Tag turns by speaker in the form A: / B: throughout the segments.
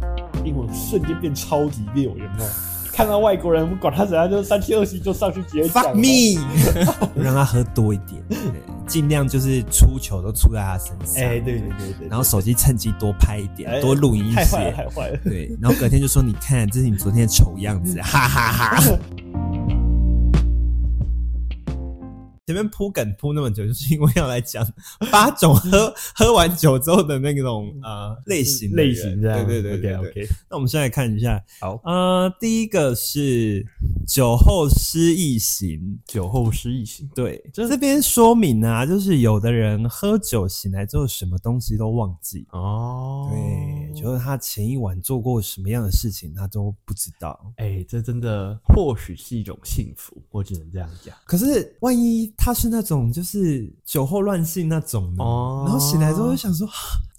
A: 魂瞬间变超级烈，我有没有？看到外国人，我们管他怎样，就三七二十一就上去直接讲了。
B: Fuck me，让 他喝多一点，对尽量就是出球都出在他身上。
A: 哎、对对对对，
B: 然后手机趁机多拍一点，
A: 哎
B: 多录音一
A: 太坏了，
B: 些。
A: 太坏了。
B: 对，然后隔天就说：“你看，这是你昨天的丑样子，哈 哈哈前面铺梗铺那么久，就是因为要来讲八种喝喝完酒之后的那种呃类型的人
A: 类型这样，
B: 对对对对对
A: o k OK，
B: 那我们先来看一下，
A: 好，
B: 呃，第一个是酒后失忆型，
A: 酒后失忆型，
B: 对，这边说明啊，就是有的人喝酒醒来之后，什么东西都忘记。
A: 哦，
B: 对，就是他前一晚做过什么样的事情，他都不知道。
A: 哎、这真的或许是一种幸福，我只能这样讲。
B: 可是万一他是那种就是酒后乱性那种呢？
A: 哦
B: 嗯然后醒来之后就想说，啊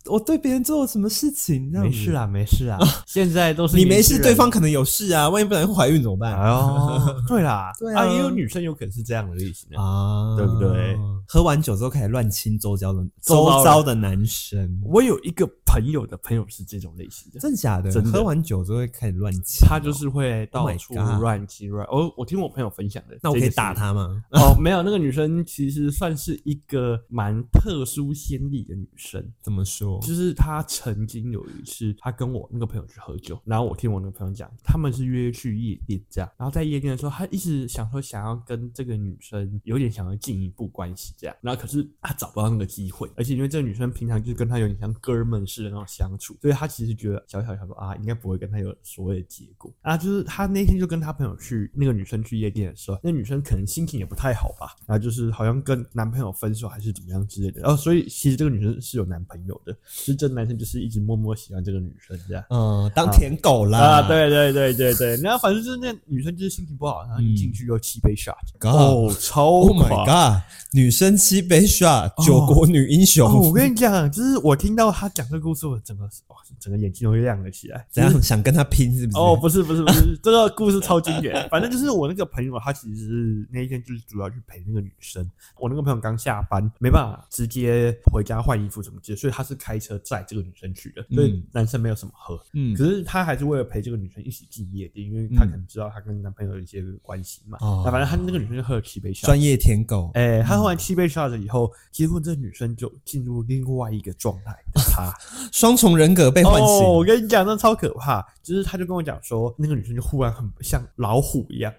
B: 我对别人做了什么事情？这样
A: 没
B: 子
A: 事，啊，没事啊，现在都是
B: 你没
A: 年轻
B: 事，
A: 人
B: 对方。可能有事啊，万一不然怀孕怎么办？
A: 哎呦， 对啦，
B: 对啊
A: 也有女生有可能是这样的类型的。
B: 啊，
A: 对不对？
B: 喝完酒之后开始乱亲周遭的
A: 周遭
B: 周
A: 人
B: 遭的男生，
A: 我有一个朋友的朋友是这种类型的，
B: 真假的？
A: 真的
B: 喝完酒之后会开始乱亲，
A: 他就是会到
B: Oh my
A: 处
B: God
A: 乱七乱。哦，我听我朋友分享的，
B: 那我可
A: 这
B: 以
A: 个是
B: 打他吗？
A: 哦，没有，那个女生其实算是一个蛮特殊先例的女生，
B: 怎么说？
A: 就是她曾经有一次，她跟我那个朋友去喝酒，然后我听我那个朋友讲，他们是约去夜店这样，然后在夜店的时候，她一直想说想要跟这个女生有点想要进一步关系这样，然后可是她找不到那个机会，而且因为这个女生平常就是跟她有点像哥们似的那种相处，所以她其实觉得小小想说啊，应该不会跟她有所谓的结果啊，就是她那天就跟她朋友去那个女生去夜店的时候，那女生可能心情也不太好吧，然后就是好像跟男朋友分手还是怎么样之类的，然、后所以其实这个女生是有男朋友的，是这男生就是一直默默喜欢这个女生这样。
B: 嗯，当舔狗啦
A: 啊，，对对对对对，然后反正就是那女生就是心情不好，然后一进去又七杯 shot，、
B: God
A: 哦，超
B: 嗯，Oh my
A: 狂
B: god，女生七杯 shot，九国女英
A: 哦我
B: 雄，
A: 跟你讲，就是我听到他讲这个故事，我整个哇，整个眼睛都亮了起来。
B: 怎样想跟他拼是不是？
A: 哦，不是不是不是，这个故事超经典。反正就是我那个朋友，他其实是那一天就是主要去陪那个女生。我那个朋友刚下班，没办法直接回家换衣服什么之类，所以他是开车载这个女生去的，所以
B: 嗯
A: 男生没有什么喝。
B: 嗯
A: 可是他还是为了陪这个女生一起进夜店，因为他可能知道她跟男朋友有一些关系嘛。
B: 哦
A: 那反正他那个女生就喝了七杯下
B: 专业嗯舔狗，
A: 哎、他喝完七杯 shot 以后，结果这女生就进入另外一个状态， 她
B: 双重人格被唤
A: 哦，我
B: 醒，
A: 跟你讲，那超可怕。就是他就跟我讲说，那个女生就忽然很像老虎一 样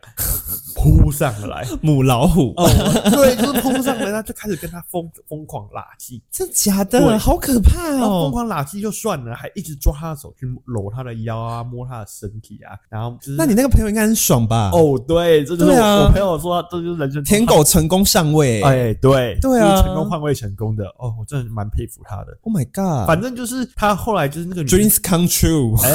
A: 扑上来，
B: 母老虎，
A: 哦， 对，就是扑上来，他就开始跟他疯疯狂拉气，
B: 真假
A: 对
B: 的，好可怕
A: 然后疯
B: 哦！
A: 狂拉气就算了，还一直抓他的手去搂他的腰啊，摸他的身体啊，然后就是
B: 那你那个朋友应该很爽吧？，
A: 哦，对，这就是
B: 对
A: 我,、
B: 啊
A: 我朋友说，这就是人生中
B: 舔狗成功上位，
A: 他。哎，对，
B: 对啊
A: 就是成功换位成功的哦，我真的蛮佩服他的。
B: Oh my god！
A: 反正就是他后来就是那个女生
B: Dreams come true，
A: 嗯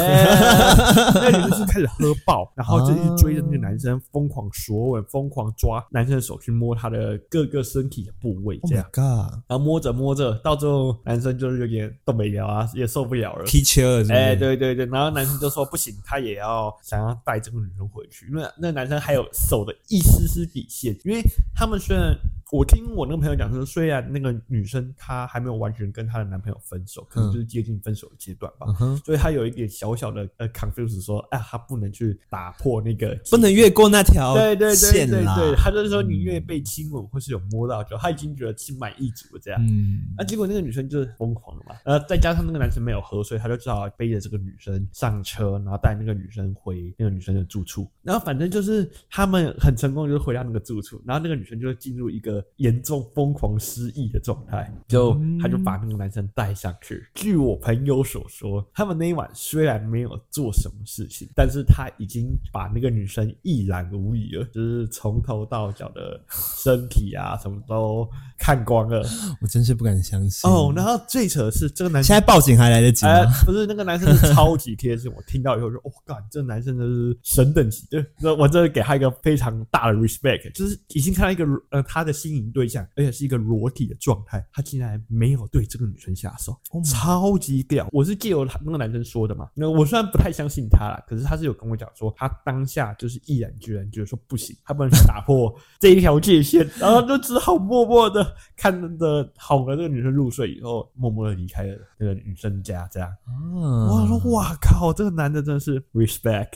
A: 哎， 那女生就是开始喝爆，然后就一直追着那个男生疯狂索吻，疯狂抓男生的手去摸他的各个身体的部位，
B: Oh
A: 这
B: my
A: 样。
B: god，
A: 然后摸着摸着，到最后男生就是有点动没了啊，也受不了了。
B: 踢球了是不是
A: 哎、，对对对，然后男生就说不行，他也要想要带这个女生回去，因为那男生还有守的一丝丝底线，因为他们虽然我听我那个朋友讲说，虽然那个女生她还没有完全跟她的男朋友分手，可能就是接近分手的阶段吧，
B: 嗯哼，
A: 所以他有一点小小的呃 confuse 说，啊，他不能去打破那个
B: 不能越过那条
A: 对对对
B: 线
A: 对
B: 啦。嗯
A: 对，他就是说宁愿被亲吻或是有摸到就，他已经觉得心满意足了这样。
B: 嗯
A: 那、啊结果那个女生就是疯狂了嘛，呃，再加上那个男生没有喝，所以他就只好背着这个女生上车，然后带那个女生回那个女生的住处。然后反正就是他们很成功，就是回到那个住处，然后那个女生就进入一个严重疯狂失忆的状态，就
B: 嗯
A: 他就把那个男生带上去。据我朋友所说，他们那一晚虽然没有做什么事情，但是他已经把那个女生一览无遗了，就是从头到脚的身体啊什么都看光了。
B: 我真是不敢相信
A: 哦，然后最扯的是这个男
B: 嗯现
A: 生
B: 在，报警还来得及
A: 哎、
B: 吗？
A: 不是那个男生是超级贴心，我听到以后就，我、哦、干，这个男生真的是神等级的，那我真的给他一个非常大的 respect，就是已经看到一个呃他的心心仪对象，而且是一个裸体的状态，他竟然没有对这个女生下手
B: Oh，my
A: 超级屌！我是借由他那个男生说的嘛，那我虽然不太相信他啦，可是他是有跟我讲说，他当下就是毅然决然觉得说不行，他不能去打破这一条界限，然后就只好默默的看着哄了这个女生入睡以后，默默的离开了那个女生家，这样。
B: 我
A: 我说，哇靠，这个男的真的是 respect，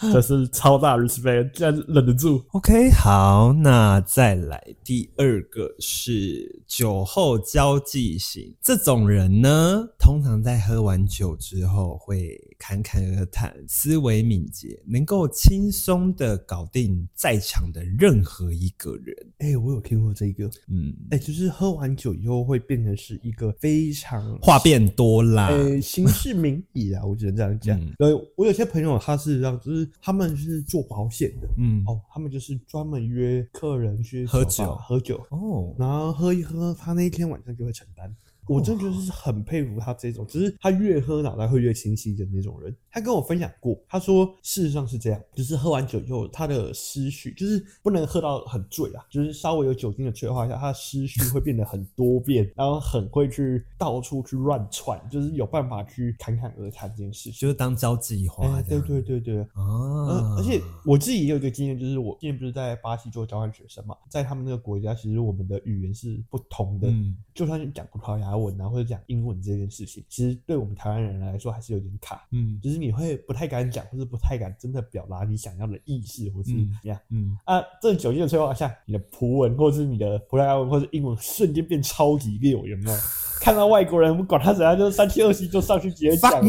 A: 这是超大 respect，竟然忍得住。
B: OK，好，那再来第二个是酒后交际型，这种人呢，通常在喝完酒之后会侃侃而谈，思维敏捷，能够轻松的搞定在场的任何一个人。
A: 哎、我有听过这个，
B: 嗯，
A: 哎、就是喝完酒以后会变成是一个非常
B: 话变多啦。
A: 呃，形式名义啊，我只能这样讲
B: 嗯。
A: 呃、我有些朋友他是这样，就是他们是做保险的，
B: 嗯，
A: 哦，他们就是专门约客人去
B: 喝
A: 酒吧
B: 酒
A: 喝酒，
B: 哦，
A: 然后喝一喝，他那一天晚上就会承担。我真的就是很佩服他这种，只是他越喝脑袋会越清晰的那种人。他跟我分享过，他说事实上是这样，就是喝完酒以后，他的思绪就是不能喝到很醉啊，就是稍微有酒精的催化下，他的思绪会变得很多变，然后很会去到处去乱窜，就是有办法去侃侃而谈这件事情。
B: 就是当交际花、
A: 哎，对对。对对，
B: 啊
A: 呃，，而且我自己也有一个经验，就是我之前不是在巴西做交换学生嘛，在他们那个国家，其实我们的语言是不同的，
B: 嗯，
A: 就算是讲葡萄牙文啊，或者讲英文这件事情，其实对我们台湾人来说还是有点卡，
B: 嗯
A: 就是你会不太敢讲，或是不太敢真的表达你想要的意识，或是怎
B: 嗯
A: 么样。
B: 嗯，
A: 啊，这酒精的催化下，你的葡文或是你的葡萄牙文或是英文瞬间变超级溜，有没有？看到外国人，不管他怎样，就三七二十一就上去直接讲
B: Fuck
A: 了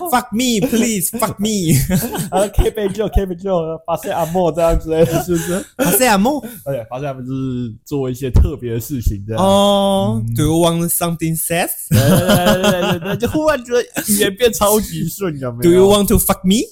B: me，fuck me，please，fuck me。
A: 然后啊 K 杯就 K 杯就巴塞阿莫这样之类的，是不是？
B: 阿塞 阿莫
A: 而且发现他们就是做一些特别的事情，这样。
B: 哦
A: 嗯
B: ，Do you want something says？Do
A: 对对对对对，就忽然觉得语言变超级顺，有 没有
B: you want to fuck me？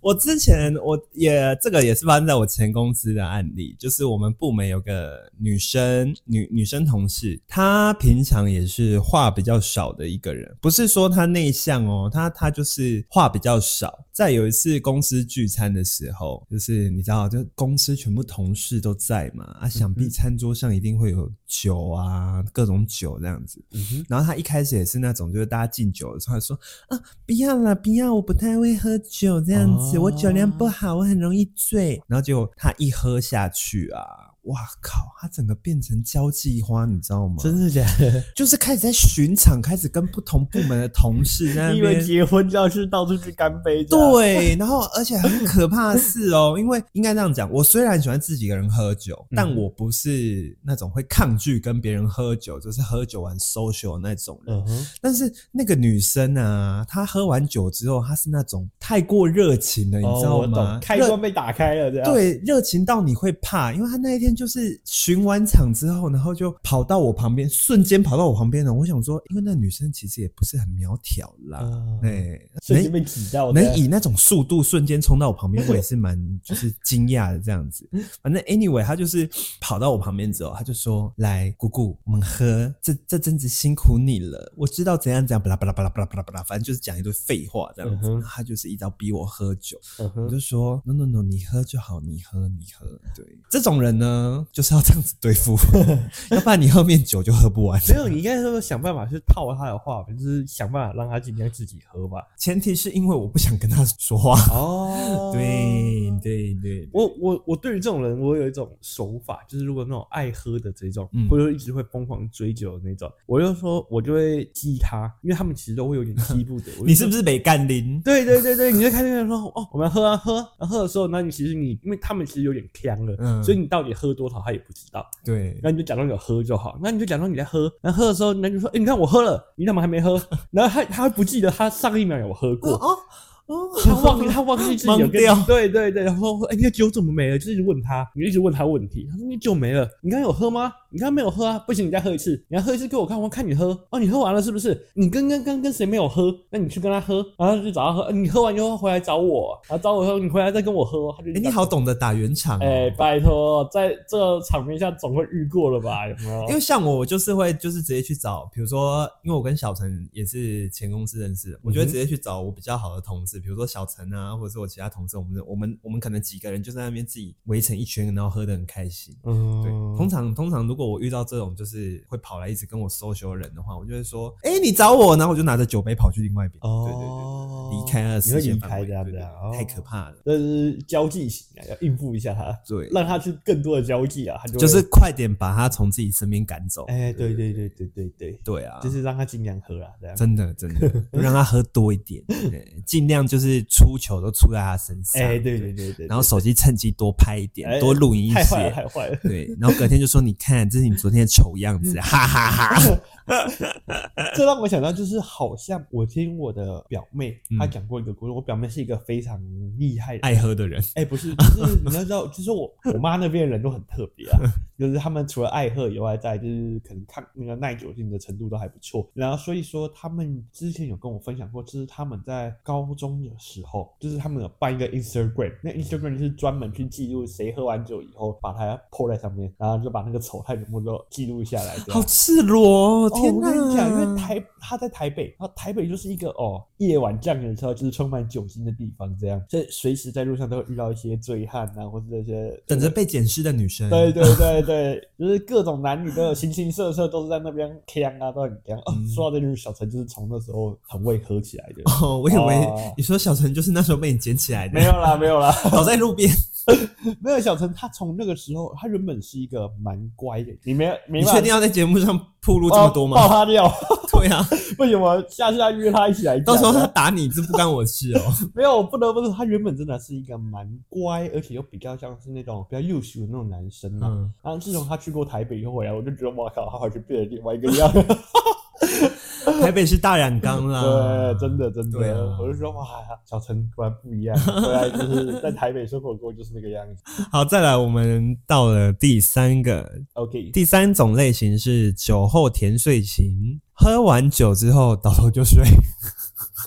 B: 我 之前我也这个也是发生在我前公司的案例，就是我们部门有个女生女女生同事，她平常也是话比较少的一个人，不是说她内向哦，她她就是话比较少。在有一次公司聚餐的时候，就是你知道，就公司全部同事都在嘛，啊，想必餐桌上一定会有酒啊，各种酒这样子。
A: 嗯哼
B: 然后他一开始也是那种，就是大家敬酒的时候，他说啊，不要啦，不要，我不太会喝酒这样子，
A: 哦
B: 我酒量不好，我很容易醉。然后结果他一喝下去啊，哇靠，他整个变成交际花，你知道吗？
A: 真的假的？
B: 就是开始在巡场，开始跟不同部门的同事在
A: 因
B: 那
A: 为
B: 边。
A: 结婚就要去到处去干杯，这样，
B: 对，然后而且很可怕的是哦，因为应该这样讲，我虽然喜欢自己一个人喝酒，但
A: 嗯
B: 我不是那种会抗拒跟别人喝酒，就是喝酒完 social 那种人。
A: 嗯哼，
B: 但是那个女生啊，她喝完酒之后，她是那种太过热情了，你知
A: 哦
B: 道
A: 我
B: 吗？
A: 懂，开
B: 热
A: 关被打开了，这样，，
B: 对，热情到你会怕，因为她那一天就是巡完场之后，然后就跑到我旁边，瞬间跑到我旁边了。我想说，因为那女生其实也不是很苗条啦，
A: 啊，
B: 哎、
A: 瞬间
B: 能
A: 被挤到，这
B: 能
A: 样
B: 以那种速度瞬间冲到我旁边，我也是蛮 就是惊讶的这样子。
A: 嗯
B: 反正 anyway，她就是跑到我旁边之后，她就说：“来，姑姑，我们喝，这这阵子辛苦你了，我知道怎样怎样，巴拉巴拉巴拉巴拉巴拉巴拉，反正就是讲一堆废话这样子。
A: 嗯哼
B: 然后她就是一直要逼我喝酒，
A: 嗯
B: 我
A: 哼，
B: 就说：“No No No，你喝就好，你喝你喝。”对，这种人呢，就是要这样子 对付，要不然你后面酒就喝不完。
A: 没有，你应该说想办法去套他的话，就是想办法让他尽量自己喝吧。
B: 前提是因为我不想跟他说话。
A: 哦
B: 对对对，
A: 我我我对于这种人，我有一种手法，就是如果那种爱喝的这种，
B: 嗯
A: 或者说一直会疯狂追酒的那种，我就说我就会激他，因为他们其实都会有点激不 得。我就
B: 你是不是北干林？
A: 对对对对，你就开始说哦，我们喝啊喝，然后喝的时候，那你其实你因为他们其实有点呛了，
B: 嗯
A: 所以你到底喝多少他也不知道，
B: 对，
A: 那你就假装有喝就好，那你就假装你在喝，然后喝的时候，那你就说，哎、你看我喝了，你怎么还没喝？ 然后他他会不记得他上一秒有喝过，
B: 哦哦，
A: 他 忘记他忘记自己有
B: 懵掉
A: 跟对对对，然后哎、你的酒怎么没了？就是一直问他，你就一直问他问题。他说你酒没了，你刚刚有喝吗？你刚刚没有喝啊，不行，你再喝一次，你要喝一次给我看，我看你喝。哦，你喝完了是不是？你跟跟跟跟谁没有喝？那你去跟他喝，然后他就找他喝。你喝完就回来找我，然后找我喝，你回来再跟我喝哦。他就
B: 哎、你好懂得打圆场、哦。
A: 哎、拜托，在这场面下总会遇过了吧？有没有？
B: 因为像我，我就是会就是直接去找，比如说，因为我跟小陈也是前公司认识的，我就会
A: 嗯哼
B: 直接去找我比较好的同事，比如说小陈啊，或者是我其他同事，我们我们我们可能几个人就在那边自己围成一圈，然后喝得很开心。
A: 嗯，
B: 对，通常通常如果我遇到这种就是会跑来一直跟我 social 的人的话，我就会说，哎、你找我，然后我就拿着酒杯跑去另外一边，对对对
A: 哦，
B: 对，离开那个
A: 你会
B: 视线
A: 离
B: 范
A: 开
B: 围，
A: 这样
B: 对
A: 子
B: 对
A: 啊
B: 对，
A: 哦
B: 太可怕了。
A: 这是交际型啊，要应付一下他，
B: 对，
A: 让他去更多的交际啊，他就会
B: 就是快点把他从自己身边赶走。
A: 哎、对对对对对对，
B: 对啊，
A: 就是让他尽量喝啊，这样。
B: 真的真的，让他喝多一点，对尽量就是出球都出在他身上。
A: 哎、对对对对，
B: 然后手机趁机多拍一点，
A: 哎
B: 多录影一
A: 太坏了，
B: 些。
A: 太坏了。
B: 对，然后隔天就说：“你看，这是你昨天的丑样
A: 嗯
B: 子，哈哈哈
A: 这让我想到，就是好像我听我的表妹
B: 嗯，
A: 她讲过一个故事。我表妹是一个非常厉害的，
B: 爱喝的人，
A: 哎，不是，就是你要知道，就是我我妈那边的人都很特别啊，就是他们除了爱喝以外，再来就是可能抗那个耐酒性的程度都还不错。然后所以说，他们之前有跟我分享过，就是他们在高中的时候，就是他们有办一个 Instagram，那 Instagram 就是专门去记录谁喝完酒以后，把它 po 在上面，然后就把那个丑态全部都记录下来。这样
B: 好赤裸哦！
A: 啊哦，
B: 天
A: 我
B: 哪，
A: 跟你讲，因为台他在台北，然后台北就是一个哦，夜晚降临的时候就是充满酒精的地方，这样，所以随时在路上都会遇到一些醉汉啊，或者这些
B: 等着。被捡尸的女生，
A: 对对对对，就是各种男女都有，形形色色都是在那边呛啊，都很呛。哦
B: 嗯，
A: 说到这就是小陈，就是从那时候很会喝起来的。
B: 哦， 我以为
A: 哦
B: 你说小陈就是那时候被你捡起来
A: 没有
B: 的，
A: 啦，没有啦，
B: 倒在路边。
A: 没有小陈，他从那个时候，他原本是一个蛮乖的，你没有没
B: 你
A: 办
B: 确
A: 法
B: 定要在节目上铺路这么多
A: 哦爆
B: 吗？
A: 他料，
B: 对啊，
A: 为什么下次要约他一起来讲啊？
B: 到时候他 打你，这不干我事哦。
A: 没有，我不得不说，他原本真的是一个蛮乖，而且又比较像是那种比较优秀的那种男生啊。
B: 嗯，
A: 然后自从他去过台北以后回来，我就觉得哇靠，他好像变了另外一个 样。
B: 台北是大染缸啦，
A: 对，真的真
B: 对
A: 的，
B: 啊
A: 我就说哇，小陈果然不一样，回来就是在台北生活过就是那个样子。
B: 好，再来，我们到了第三个，
A: OK，
B: 第三种类型是酒后甜睡型，喝完酒之后倒头 就睡，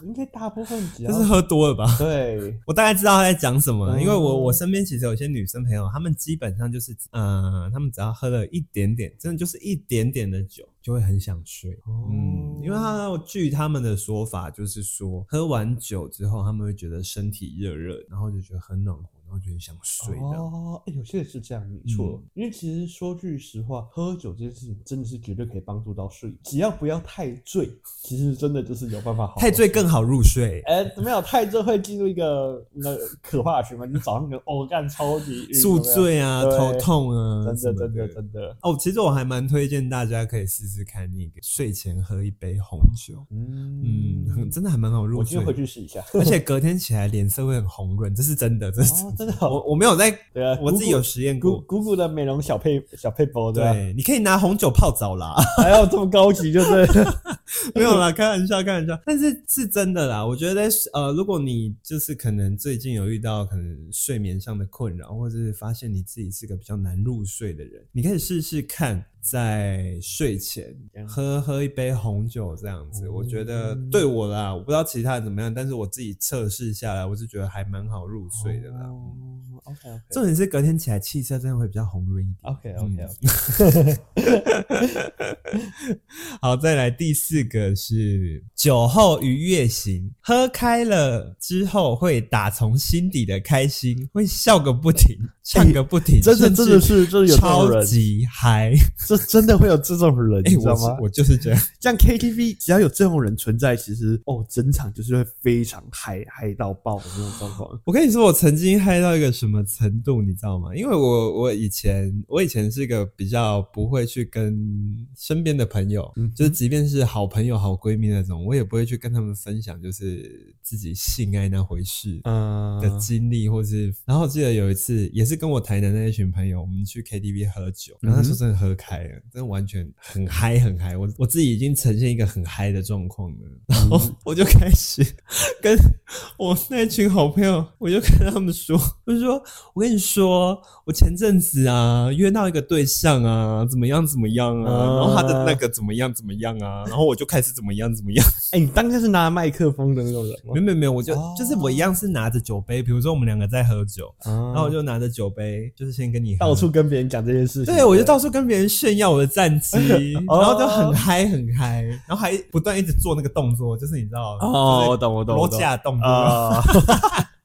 A: 应该大部分只
B: 这
A: 要
B: 是喝多了 吧？
A: 对，
B: 我大概知道他在讲什么了，
A: 嗯
B: 因为我我身边其实有些女生朋友，她们基本上就是，呃，她们只要喝了一点点，真的就是一点点的酒，就会很想睡。
A: 哦
B: 嗯，因为他据他们的说法，就是说喝完酒之后，他们会觉得身体热热，然后就觉得很暖和，然后就很想睡这样。
A: 哦，哎有些人是这样，没错。
B: 嗯
A: 因为其实说句实话，喝酒这件事情真的是绝对可以帮助到睡，只要不要太醉，其实真的就是有办法好好
B: 哦太醉更好入睡。
A: 哎、没有太醉会进入一个那个可怕的循环，你早上可能哦干超级晕
B: 宿，醉啊、
A: 对
B: 头痛啊
A: 有没有
B: 什
A: 真
B: 么
A: 的真的
B: 的。
A: 真的，
B: 哦，其实我还蛮推荐大家可以试试看那个睡前喝一杯红酒，嗯，很
A: 嗯，
B: 真的还蛮好入
A: 我今天。
B: 睡
A: 回去试一下。
B: 而且隔天起来脸色会很红润，这是真的，这是真
A: 哦
B: 的。，
A: 真的好，
B: 我我没有在，
A: 对啊，
B: 我自己有实验
A: 姑
B: 过。
A: 姑姑的美容小配小配包对吧？啊
B: 对，你可以拿红酒泡澡啦，
A: 还要这么高级，就是
B: 没有啦，开玩笑，开玩笑。但是是真的啦，我觉得呃，如果你就是可能最近有遇到可能睡眠上的困扰，或者是发现你自己是个比较难入睡的人，你可以试试看。在睡前
A: 这样
B: 喝喝一杯红酒这样子，
A: 哦
B: 我觉得对我啦，我不知道其他人怎么样，但是我自己测试下来，我是觉得还蛮好入睡的
A: 哦
B: 啦。
A: OK OK
B: 重点是隔天起来气色真的会比较红润一点。
A: OK OK，
B: 好，再来第四个是酒后愉悦型，喝开了之后会打从心底的开心，会笑个不停，唱个不停，
A: 哎真的
B: 甚至
A: 真的是真的有这种
B: 超
A: 人，
B: 级嗨。
A: 这真的会有这种人，
B: 哎、
A: 你知
B: 我
A: 道
B: 是
A: 吗？
B: 我就是这样，
A: 像 KTV 只要有这种人存在，其实哦，整场就是会非常嗨嗨到爆的那种状况。
B: 我跟你说，我曾经嗨到一个什么程度，你知道吗？因为我我以前我以前是一个比较不会去跟身边的朋友，
A: 嗯
B: 就是即便是好朋友、好闺蜜那种，我也不会去跟他们分享，就是自己性爱那回事。
A: 嗯
B: 的经历，或是然后记得有一次也是是跟我台南那一群朋友，我们去 KTV 喝酒，然
A: 嗯
B: 后那时候真的喝开了，真的完全很嗨很嗨，我我自己已经呈现一个很嗨的状况了，然后
A: 嗯
B: 我就开始跟我那群好朋友，我就跟他们说，我就说我跟你说，我前阵子啊约到一个对象啊，怎么样怎么样啊，
A: 啊
B: 然后他的那个怎么样怎么样啊，然后我就开始怎么样怎么样。
A: 哎、你当下是拿麦克风的那种人吗
B: 没？有没有没有，我就、
A: 哦
B: 就是我一样是拿着酒杯，比如说我们两个在喝酒，
A: 然
B: 然后我就拿着酒杯，就是先跟你喝
A: 到，处跟别人讲这件事情。
B: 对我就到处跟别人炫耀我的战绩，然
A: 哦
B: 后就很嗨很嗨，然后还不断一直做那个动作，就是你知道
A: 哦，我
B: 就是
A: 懂我懂，我
B: 罗
A: 懂
B: 架动作，
A: 啊。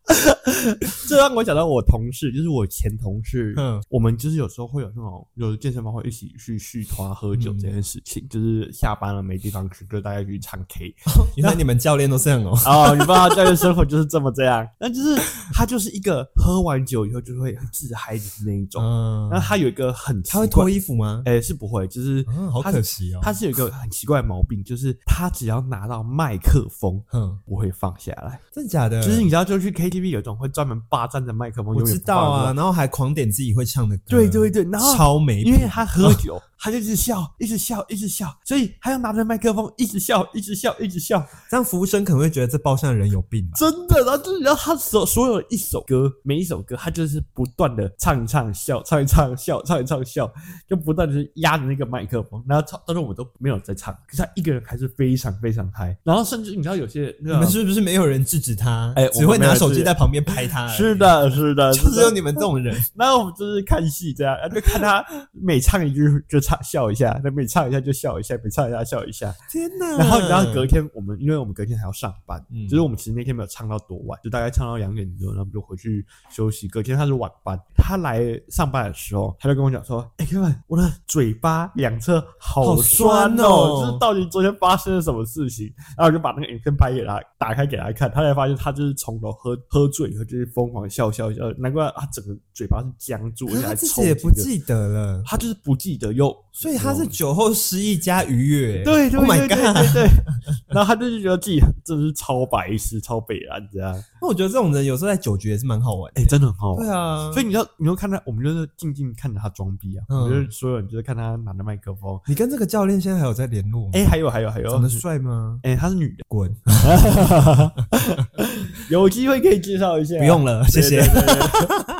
A: 这让我想到我同事，就是我前同事，
B: 嗯
A: 我们就是有时候会有那种有健身房会一起去续团喝酒这件事情，就是下班了没地方去，就大家去唱 K。
B: 原来你们教练都这样哦，
A: 哦，你不知道教练生活就是这么这样，但就是他就是一个喝完酒以后就会很自嗨的那一 种。
B: 嗯
A: 那，他有一个很奇
B: 他
A: 怪
B: 会脱衣服吗？
A: 哎、是不会，就是、
B: 嗯，好可惜哦，
A: 他是有一个很奇怪的毛病，就是他只要拿到麦克风，
B: 嗯，
A: 不会放下来。
B: 真的假的？
A: 就是你知道，就去 KTV 有一种会专门霸占着麦克风，
B: 我
A: 永远
B: 知
A: 不放
B: 道啊，
A: 的。嗯
B: 然后还狂点自己会唱的歌，
A: 对对对，然后
B: 超没
A: 因
B: 品，
A: 为他喝酒，他就一直笑，一直笑，一直笑，所以他要拿着麦克风一直笑，一直笑，一直笑，
B: 这样服务生可能会觉得这包厢的人有病吧。
A: 真的。然后就是，然后他所所有一首歌，每一首歌，他就是不断的唱一唱笑，唱一唱笑，唱一唱笑，就不断的压着那个麦克风。然后唱，但是我们都没有在唱，可是他一个人还是非常非常嗨。然后甚至你知道有些那
B: 你
A: 种
B: 们是不是没有人制止他？
A: 啊哎
B: 只
A: 我
B: 会
A: 们没有
B: 拿手
A: 制
B: 机
A: 止
B: 在旁边拍他。
A: 是，的，是的，
B: 就只
A: 的
B: 有你们这种人。
A: 那我们就是看戏这样，就看他每唱一句就唱笑一下，那每唱一下就笑一下，每唱一下笑一下。
B: 天哪！
A: 然后你知道隔天我们，因为我们隔天还要上班，
B: 嗯
A: 就是我们其实那天没有唱到多晚，就大概唱到两点多，然后我们就回去休息。隔天他是晚班，他来上班的时候，他就跟我讲说：“哎、哥们，我的嘴巴两侧好
B: 好
A: 酸哦，
B: 酸哦
A: 就是到底昨天发生了什么事情？”然后我就把那个影片拍给他，打开给他看，他才发现他就是从头喝喝醉以后就是疯狂笑笑笑，难怪他整个嘴巴是僵住，而
B: 可是
A: 且
B: 他
A: 还
B: 自
A: 抽
B: 己也
A: 筋
B: 不
A: 的，
B: 记得了，
A: 他就是不记得又，
B: 所以他是酒后失忆加愉悦。
A: 对对
B: Oh
A: 对
B: my
A: 对
B: god！
A: 对对，然后他就是觉得自己真的是超白痴、超北蓝这样，
B: 那我觉得这种人有时候在酒局也是蛮好玩的。
A: 哎、真的很好玩。
B: 对啊，
A: 所以你要，你要看他，我们就是静静看着他装逼啊，
B: 嗯
A: 我们就是所有人就是看他拿着麦克风，
B: 你跟这个教练现在还有在联络吗？
A: 哎、还有还有还有
B: 长，得帅吗？
A: 哎、她是女的，
B: 滚！
A: 有机会可以介绍一下，
B: 不用了，谢
A: 对，
B: 谢
A: 对。对对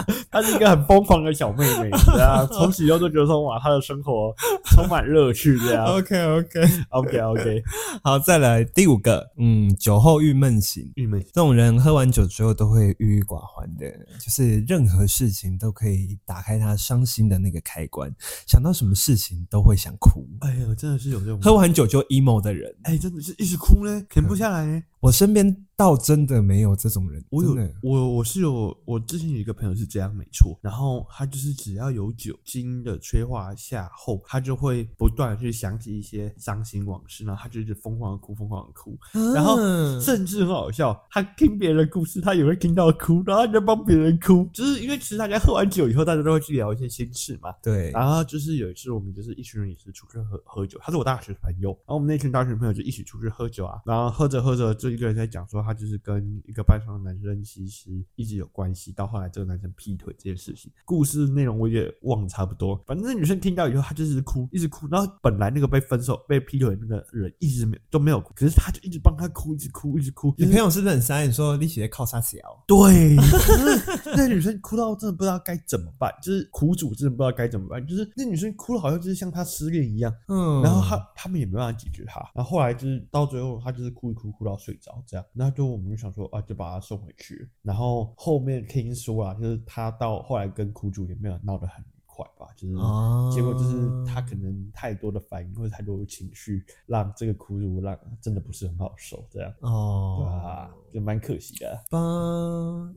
A: 对 她是一个很疯狂的小妹妹，对啊，从此以后就觉得说哇，她的生活充满乐趣，这样
B: OK OK，
A: ，OK OK，
B: 好，再来第五个，嗯，酒后郁闷型。
A: 郁闷，
B: 这种人喝完酒之后都会郁郁寡欢的，就是任何事情都可以打开他伤心的那个开关，想到什么事情都会想哭。
A: 哎呦，真的是有这种，
B: 喝完酒就 emo 的人，
A: 哎、真的是一直哭呢，停不下来呢。
B: 我身边倒真的没有这种人。
A: 我有
B: 真的
A: 我我是有我之前有一个朋友是这样没错，然后他就是只要有酒精的催化下后，他就会不断地去想起一些伤心往事，然后他就一直疯狂的哭，疯狂的哭， 然后
B: 嗯
A: 甚至很好笑，他听别人的故事，他也会听到哭，然后他就帮别人哭，就是因为其实大家喝完酒以后，大家都会去聊一些心事嘛，
B: 对，
A: 然后就是有一次，我们就是一群人也是出去喝喝酒，他是我大学朋友，然后我们那群大学朋友就一起出去喝酒啊，然后喝着喝着就一个人在讲说他就是跟一个班上的男生其实一直有关系，到后来这个男生劈腿这件事情，故事内容我也忘了差不多，反正那女生听到以后她就是哭，一直哭，然后本来那个被分手被劈腿的那个人一直没有都没有哭，可是他就一直帮他哭，一直哭，一直哭，
B: 你朋友是不是很傻？你说你写靠啥小？
A: 对，就是 那女生哭到真的不知道该怎么办，就是苦主真的不知道该怎么办，就是那女生哭了好像就是像她失恋一样，
B: 嗯
A: 然后她他们也没办法解决她，然后后来就是到最后她就是哭一哭哭到睡着这样，然后就我们就想说啊就把她送回去，然后后面听说啊就是她到后来跟苦主也没有闹得很愉快吧，就是。
B: 哦
A: 嗯结果就是她可能太多的反应或者太多的情绪，让这个苦主让真的不是很好受，这样对啊
B: 哦
A: 吧，？就蛮可惜的。
B: 吧，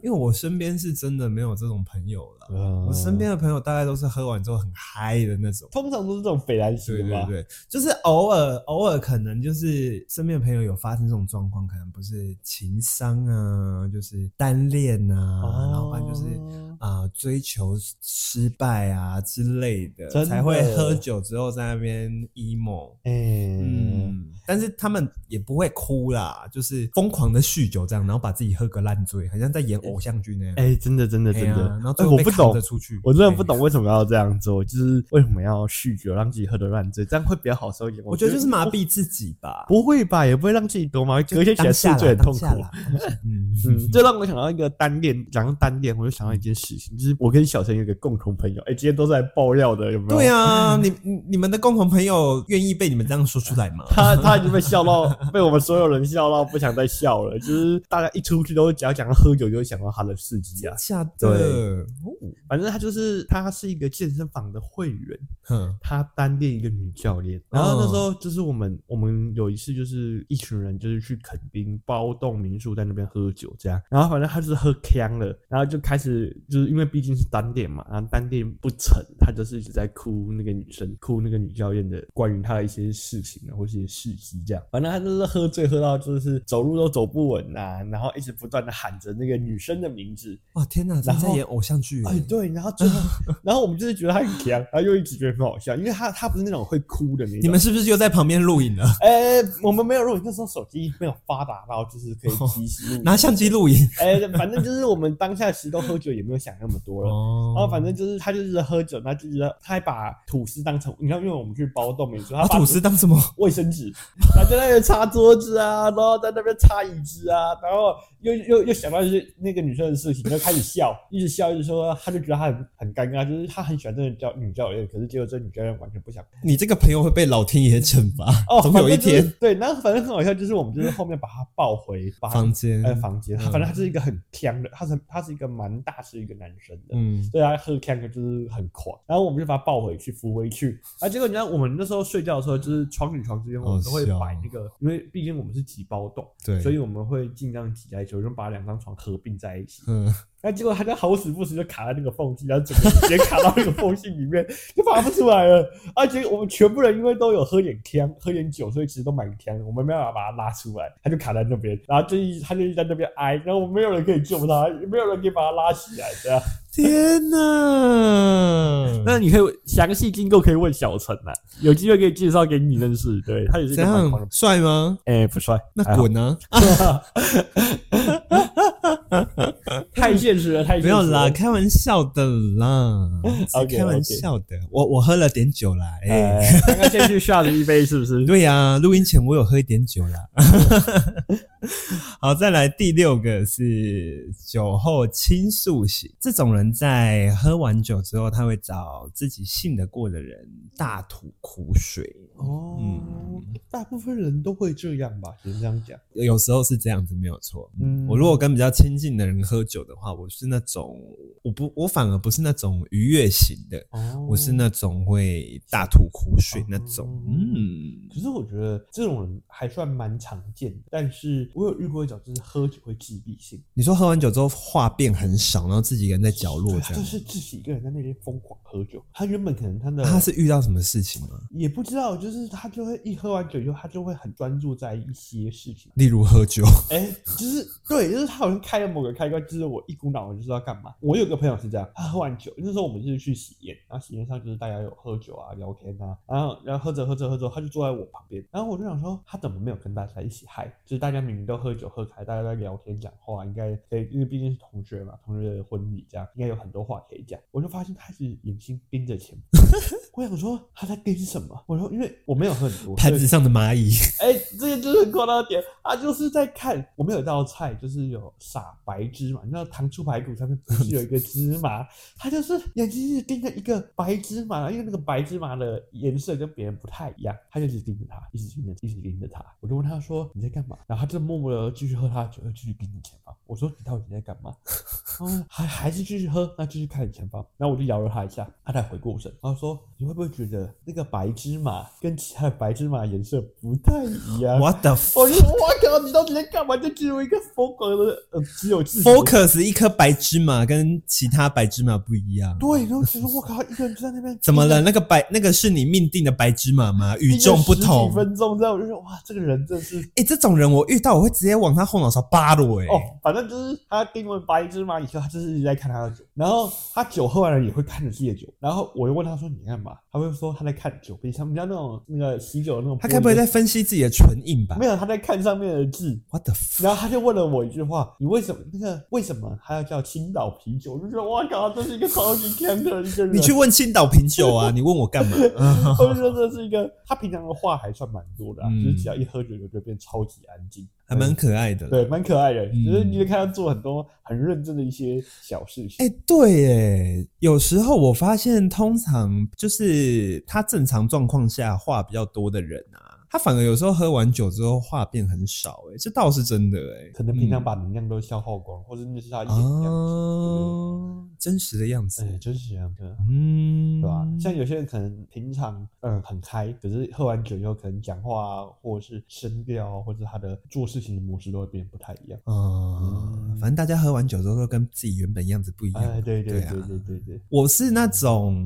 B: 因为我身边是真的没有这种朋友了。
A: 嗯
B: 我身边的朋友大概都是喝完之后很嗨的那种。
A: 通常都是这种斐然型
B: 对
A: 的吧？
B: 对对，就是偶尔偶尔可能就是身边的朋友有发生这种状况，可能不是情商啊，就是单恋啊，
A: 哦
B: 然后不然就是啊、追求失败啊之类的，
A: 真的
B: 才会喝酒之后在那边 emo。
A: 哎、
B: 嗯，但是他们也不会哭啦，就是疯狂的酗酒这样，然后把自己喝个烂醉，好像在演偶像剧那样。
A: 哎、真的真的真
B: 哎呀
A: 的，
B: 然后
A: 哎
B: 最后
A: 我
B: 被
A: 不
B: 扛
A: 懂
B: 着，出去，
A: 我真的不
B: 哎
A: 懂为什么要这样做，就是为什么要酗酒让自己喝得乱醉，这样会比较好受一点。
B: 我觉得就是麻痹自己吧。
A: 不会吧，也不会让自己多嘛，隔天起来
B: 当
A: 宿
B: 下啦
A: 醉很痛
B: 当
A: 苦
B: 下。啦 当下嗯，
A: 嗯，这让我想到一个单恋，讲到单恋，我就想到一件事情，就是我跟小陈有一个共同朋友，哎、今天都在爆料的，有没有？
B: 对啊，你你你们的共同朋友愿意被你们这样说出来吗？
A: 他他已经被笑到，被我们所有人笑到不想再笑了。就是大家一出去都只要讲到喝酒，就会想到他的事迹啊。
B: 假
A: 对
B: 的，哦
A: 反正他就是他是一个健身房的会员，
B: 哼，
A: 他单恋一个女教练。然后那时候就是我们我们有一次就是一群人就是去垦丁包栋民宿在那边喝酒这样，然后反正他就是喝呛了，然后就开始就是因为毕竟是单恋嘛，然后单恋不成，他就是一直在哭那个女生，哭那个女教练的关于他的一些事情啊或是一些事迹这样。反正他就是喝醉喝到就是走路都走不稳啊，然后一直不断的喊着那个女生的名字，
B: 哇天哪，
A: 然
B: 正在
A: 后
B: 演偶像剧耶，欸
A: 哎，对，然后最 后，然后我们就是觉得他很强，然后又一直觉得很好笑，因为他他不是那种会哭的那种。
B: 你们是不是又在旁边录 影了？
A: 呃，我们没有录影，那时候手机没有发达到，就是可
B: 哦
A: 以及时录。
B: 拿相机录影
A: 哎，反正就是我们当下其实都喝酒，也没有想那么多了。
B: 哦
A: 然后反正就是他就是喝酒，他就是他还把吐司当成，你看，因为我们去包栋没错，他
B: 把
A: 把
B: 啊吐司当什么？
A: 卫生纸， 他在那边擦桌子啊，然后在那边擦椅子啊，然后又又又想到就是那个女生的事情，就开始笑，一直笑，一直说，他就觉得他很很尴尬，就是他很喜欢这个教女教练，可是结果这女教练完全不想。
B: 你这个朋友会被老天爷惩罚
A: 哦，
B: 总有一
A: 反正就是
B: 天。
A: 对，然后反正很好笑，就是我们就是后面把他抱回把他
B: 房间，
A: 呃房间，
B: 嗯
A: 反正他是一个很强的，他是他是一个蛮大是一个男生的，
B: 嗯，
A: 对啊，喝 k a n 就是很狂，然后我们就把它抱回去扶回去，啊，结果你知道我们那时候睡觉的时候，就是床与床之间我们都会
B: 好笑哦
A: 摆那个，因为毕竟我们是挤包栋，
B: 对，
A: 所以我们会尽量挤在一起，我就把两张床合并在一起。
B: 嗯，
A: 那结果他就好死不死就卡在那个缝隙，然后整个直接卡到那个缝隙里面，就拔不出来了。而且我们全部人因为都有喝点呛，喝点酒，所以其实都蛮呛的，我们没办法把他拉出来，他就卡在那边，然后就一他就一直在那边挨，然后我们没有人可以救他，也没有人可以把他拉起来，这样。
B: 天哪！
A: 那你可以详细经过可以问小陈呐、有机会可以介绍给你认识。对他也是一
B: 怎
A: 个蛮狂的
B: 样，。帅吗？
A: 哎、不帅，
B: 那
A: 还好
B: 滚啊！
A: 太现实了，太现实
B: 没有
A: 了
B: 啦，开玩笑的 啦，
A: OK，OK
B: 开玩笑的。我我喝了点酒啦，哎，
A: 哎，刚刚先去下了一杯，是不是？
B: 对呀、录音前我有喝一点酒啦。 好，再来第六个是酒后倾诉型，这种人在喝完酒之后，他会找自己信得过的人大吐苦水。
A: 哦
B: 嗯
A: 大部分人都会这样吧，只能这样讲。
B: 有时候是这样子，没有错。
A: 嗯
B: 我如果跟比较亲近的人喝酒的话，我是那种我不我反而不是那种愉悦型的，
A: 哦
B: 我是那种会大吐苦水那种。
A: 哦
B: 嗯，
A: 可是我觉得这种人还算蛮常见的，但是我有遇过一种，就是喝酒会自闭性，
B: 你说喝完酒之后话变很少，然后自己一个人在角落
A: 对
B: 这
A: 他
B: 样
A: 就。是自己一个人在那边疯狂喝酒。他原本可能他的
B: 他是遇到什么事情吗？
A: 也不知道，就是他就会一喝完酒以后，他就会很专注在一些事情。
B: 例如喝酒，
A: 哎、就是对，就是他好像开了某个开关，就是我一股脑我就知道干嘛。我有个朋友是这样，他喝完酒，那时候我们就是去喜宴，然后喜宴上就是大家有喝酒啊、聊天啊，然后然后喝着喝着喝着，他就坐在我旁边，然后我就想说他怎么没有跟大家一起嗨？就是大家明明都喝酒喝开，大家都在聊天讲话，应该可以，因为毕竟是同学嘛，同学的婚礼这样，应该有很多话可以讲。我就发现他是眼睛盯着前面， 我想说他在盯什么？我说因为我没有喝很 多，
B: 盘
A: 所以
B: 子上的蚂蚁，
A: 哎、这个就是很夸张的点，他就是在看我们有一道菜，就是有撒白芝麻，你知道糖醋排骨上面不是有一个芝麻，他就是眼睛是盯着一个白芝麻，因为那个白芝麻的颜色跟别人不太一样，他就一直盯着它，一直盯着，一直盯着它。我就问他说你在干嘛，然后他就默默的继续喝他的酒，又继续盯着前方。我说你到底在干嘛？哦，还还是继续喝，那继续看着前方。然后我就摇了他一下，他才回过神，然后说：“你会不会觉得那个白芝麻跟其他的白芝麻颜色不太一样？”
B: 我的
A: 我就说：“我靠，你到底在干嘛？”就进入一个疯狂的呃，只有 自己
B: focus 一颗白芝麻跟其他白芝麻不一样。
A: 对，然后只是我靠，一个人就在那边
B: 怎么了？那个白，那个是你命定的白芝麻吗？与
A: 盯着
B: 众不
A: 十几
B: 同。
A: 分钟之后，我就说：“哇，这个人真是哦
B: 哎、这种人我遇到，我会直接往他后脑勺扒了、欸。
A: 哦，反正就是他盯完白芝麻以后，他就是一直在看他的酒，然后他酒喝完了也会看着自己的酒，然后我就问他说你干嘛？他会说他在看酒杯上，你知道那种那个喜酒的那种玻璃，
B: 他该不会在分析自己的唇印吧
A: 没有他在看上面的字，
B: ？What the f
A: 然后他就问了我一句话：“你为什么那个为什么还要叫青岛啤酒？”我就觉得哇靠，这是一个超级 c 的一个人。
B: 你去问青岛品酒 啊？你问我干嘛？ 啊
A: 我就说这是一个他平常的话还算蛮多的、啊，
B: 嗯
A: 就是只要一喝酒就变超级安静，
B: 还蛮可爱的。，
A: 对，蛮可爱的。
B: 嗯
A: 就是你会看他做很多很认真的一些小事情。
B: 哎、对耶，有时候我发现，通常就是他正常状况下话比较多的人啊，他反而有时候喝完酒之后话变很少，哎，这倒是真的，哎，
A: 可能平常
B: 嗯
A: 把能量都消耗光，或者那是他一点这样子。
B: 哦，真实的样子
A: 哎、，真是这样的。
B: 嗯，
A: 对吧、像有些人可能平常嗯很开，可是喝完酒以后，可能讲话啊，或者是声调啊，或者是他的做事情的模式都会变得不太一样。
B: 嗯，反正大家喝完酒之后都跟自己原本样子不一样
A: 哎、
B: 嘛，
A: 对对
B: 对啊
A: 对对对对，
B: 我是那种，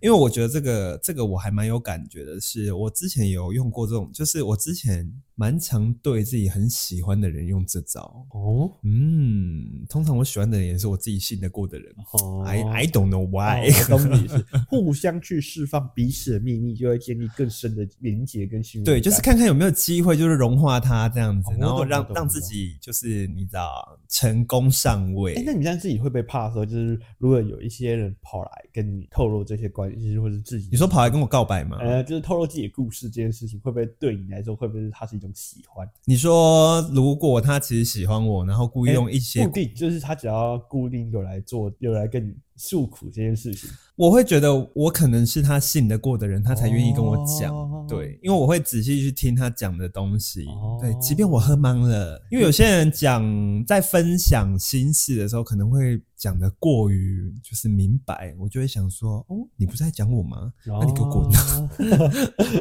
B: 因为我觉得这个这个我还蛮有感觉的是，我之前有用过这种，就是我之前蛮常对自己很喜欢的人用这招。
A: 哦
B: 嗯，通常我喜欢的人也是我自己信得过的人。
A: 哦
B: I I don't know
A: 哦
B: why，、
A: 我 懂你是互相去释放彼此的秘密，就会建立更深的连结跟信任感。
B: 对，就是看看有没有机会，就是融化它这样子，
A: 哦我
B: 然后
A: 懂
B: 让
A: 我懂
B: 让
A: 我
B: 自
A: 懂
B: 己就是你知道成功上位。
A: 哎、那你这样自己会不会怕说，就是如果有一些人跑来跟你透露这些关系，或者自己
B: 你说跑来跟我告白吗？
A: 呃，就是透露自己的故事这件事情，会不会对你来说，会不会它是一种喜欢？
B: 你说如果他其实喜欢我，然后故意
A: 哎
B: 用一些
A: 固定，就是他只要固定有来做，有来跟你诉苦这件事情，
B: 我会觉得我可能是他信得过的人，他才愿意跟我讲。
A: 哦
B: 对，因为我会仔细去听他讲的东西。
A: 哦
B: 对，即便我喝懵了，因为有些人讲在分享心事的时候，可能会讲的过于就是明白，我就会想说，哦，你不是在讲我吗？
A: 然
B: 那你给我滚
A: 滚！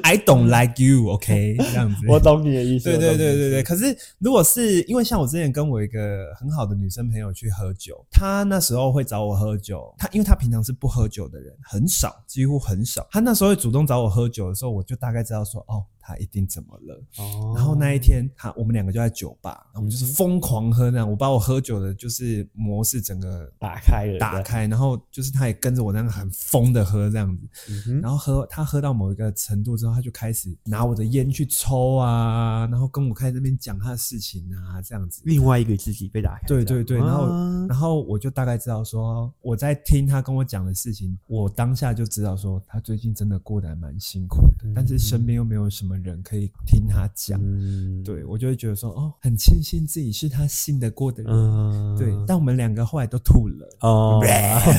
B: ！I don't like you，OK？、这样子。
A: 哦我懂你的意思。
B: 对
A: 我懂你的
B: 对对
A: 意
B: 对
A: 思，
B: 对，可是如果是因为像我之前跟我一个很好的女生朋友去喝酒，她那时候会找我喝酒，她因为她平常是不喝酒的人，很少，几乎很少。她那时候会主动找我喝酒的时候，我就大概知道说，哦，她一定怎么了。
A: 哦嗯
B: 然后那一天，她我们两个就在酒吧，然后我们就是疯狂喝那样，我把我喝酒的就是模式整个
A: 打开了，
B: 打开，然后就是她也跟着我那样很疯的喝这样子。
A: 嗯哼，
B: 然后喝他喝到某一个程度之后，他就开始拿我的烟去抽啊，然后跟我开始那边讲他的事情啊，这样子。
A: 另外一个自己被打开这
B: 对
A: 样，
B: 对对，然后、
A: 啊
B: 然后我就大概知道说，我在听他跟我讲的事情，我当下就知道说他最近真的过得还蛮辛苦的，但是身边又没有什么人可以听他讲，
A: 嗯，
B: 对我就会觉得说，哦，很庆幸自己是他信得过的人，
A: 嗯，
B: 对，但我们两个后来都吐了。
A: 哦，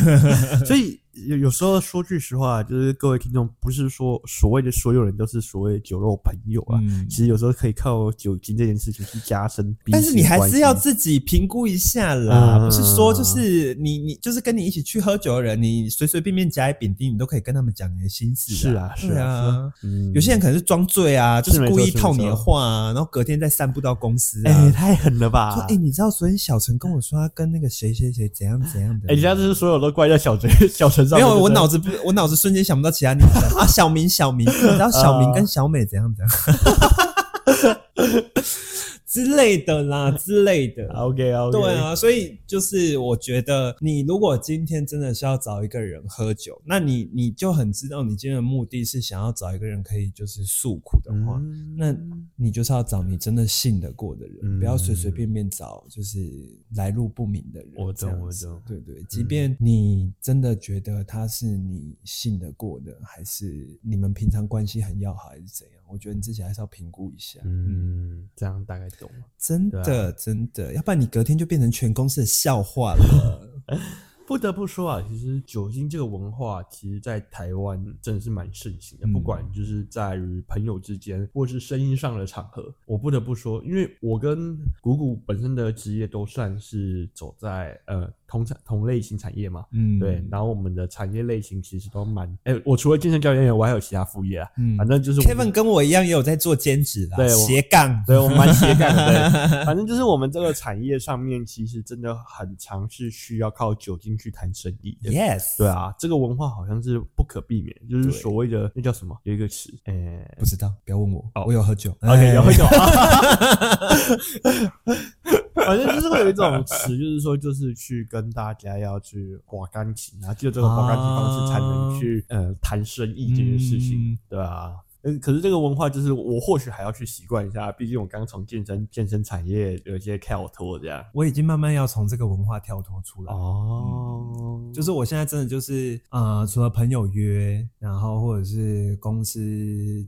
A: 所以有有时候说句实话，就是各位听众，不是说所谓的所有人都是所谓的酒肉朋友啊。
B: 嗯
A: 其实有时候可以靠酒精这件事情去加深彼此的关
B: 但
A: 系，
B: 是你还是要自己评估一下啦，
A: 嗯
B: 不是说就是你你就是跟你一起去喝酒的人，你随随便便夹一饼丁，你都可以跟他们讲你的心事、
A: 是啊
B: 啊，
A: 是
B: 对
A: 啊，是嗯
B: 有些人可能是装醉啊，就是是
A: 没
B: 故意
A: 错是
B: 套
A: 没
B: 你的
A: 错
B: 话、啊，然后隔天再散步到公司啊。
A: 哎、太狠了吧！
B: 说哎、你知道昨天小陈跟我说他跟那个谁谁谁怎样怎样的吗？
A: 哎、你这样就是所有都怪在小陈小陈上
B: 没
A: 面。
B: 有，我脑
A: 子
B: 子不，我脑子瞬间想不到其他女生啊。小明，小明，你 知道
A: 啊
B: 小明跟小美怎样怎样 之类的啦，之类的。
A: OK OK。
B: 对，啊，所以就是我觉得，你如果今天真的是要找一个人喝酒，那你你就很知道你今天的目的是想要找一个人可以就是诉苦的话，
A: 嗯，
B: 那你就是要找你真的信得过的人，
A: 嗯
B: 不要随随便便找就是来路不明的人。
A: 我懂
B: 这样子
A: 我懂
B: 对对，即便你真的觉得他是你信得过的，还是你们平常关系很要好，还是怎样？我觉得你自己还是要评估一下。
A: 嗯，这样大概懂了。
B: 真
A: 对啊
B: 的、真的，要不然你隔天就变成全公司的笑话了。
A: 不得不说啊，其实酒精这个文化，其实在台湾真的是蛮盛行的。
B: 嗯
A: 不管就是在于朋友之间，或是生意上的场合，我不得不说，因为我跟谷谷本身的职业都算是走在呃同产同类型产业嘛。
B: 嗯，
A: 对，然后我们的产业类型其实都蛮……哎、我除了健身教练以外，我还有其他副业啊。
B: 嗯
A: 反正就是我们
B: Kevin 跟我一样也有在做兼职啦，
A: 对我
B: 斜杠。
A: 对，我们蛮斜杠的。 对，反正就是我们这个产业上面，其实真的很常是需要靠酒精去谈生意的。
B: Yes，
A: 对，啊，这个文化好像是不可避免，就是
B: 对哎
A: 所谓的那叫什么？有一个词，哎诶、
B: 不哎 知道，不要问我，我有喝酒。
A: o k
B: 哎
A: 有会有。 反正就是会有一种词，就是说就是去跟大家要去刮钢琴，然后就这个刮钢琴方式才能去、呃谈生意这件事情，
B: 啊嗯
A: 对啊。嗯，可是这个文化就是我或许还要去习惯一下，毕竟我刚从健身健身产业有一些跳脱这样。
B: 我已经慢慢要从这个文化跳脱出来。
A: 哦，
B: 就是我现在真的就是呃，除了朋友约，然后或者是公司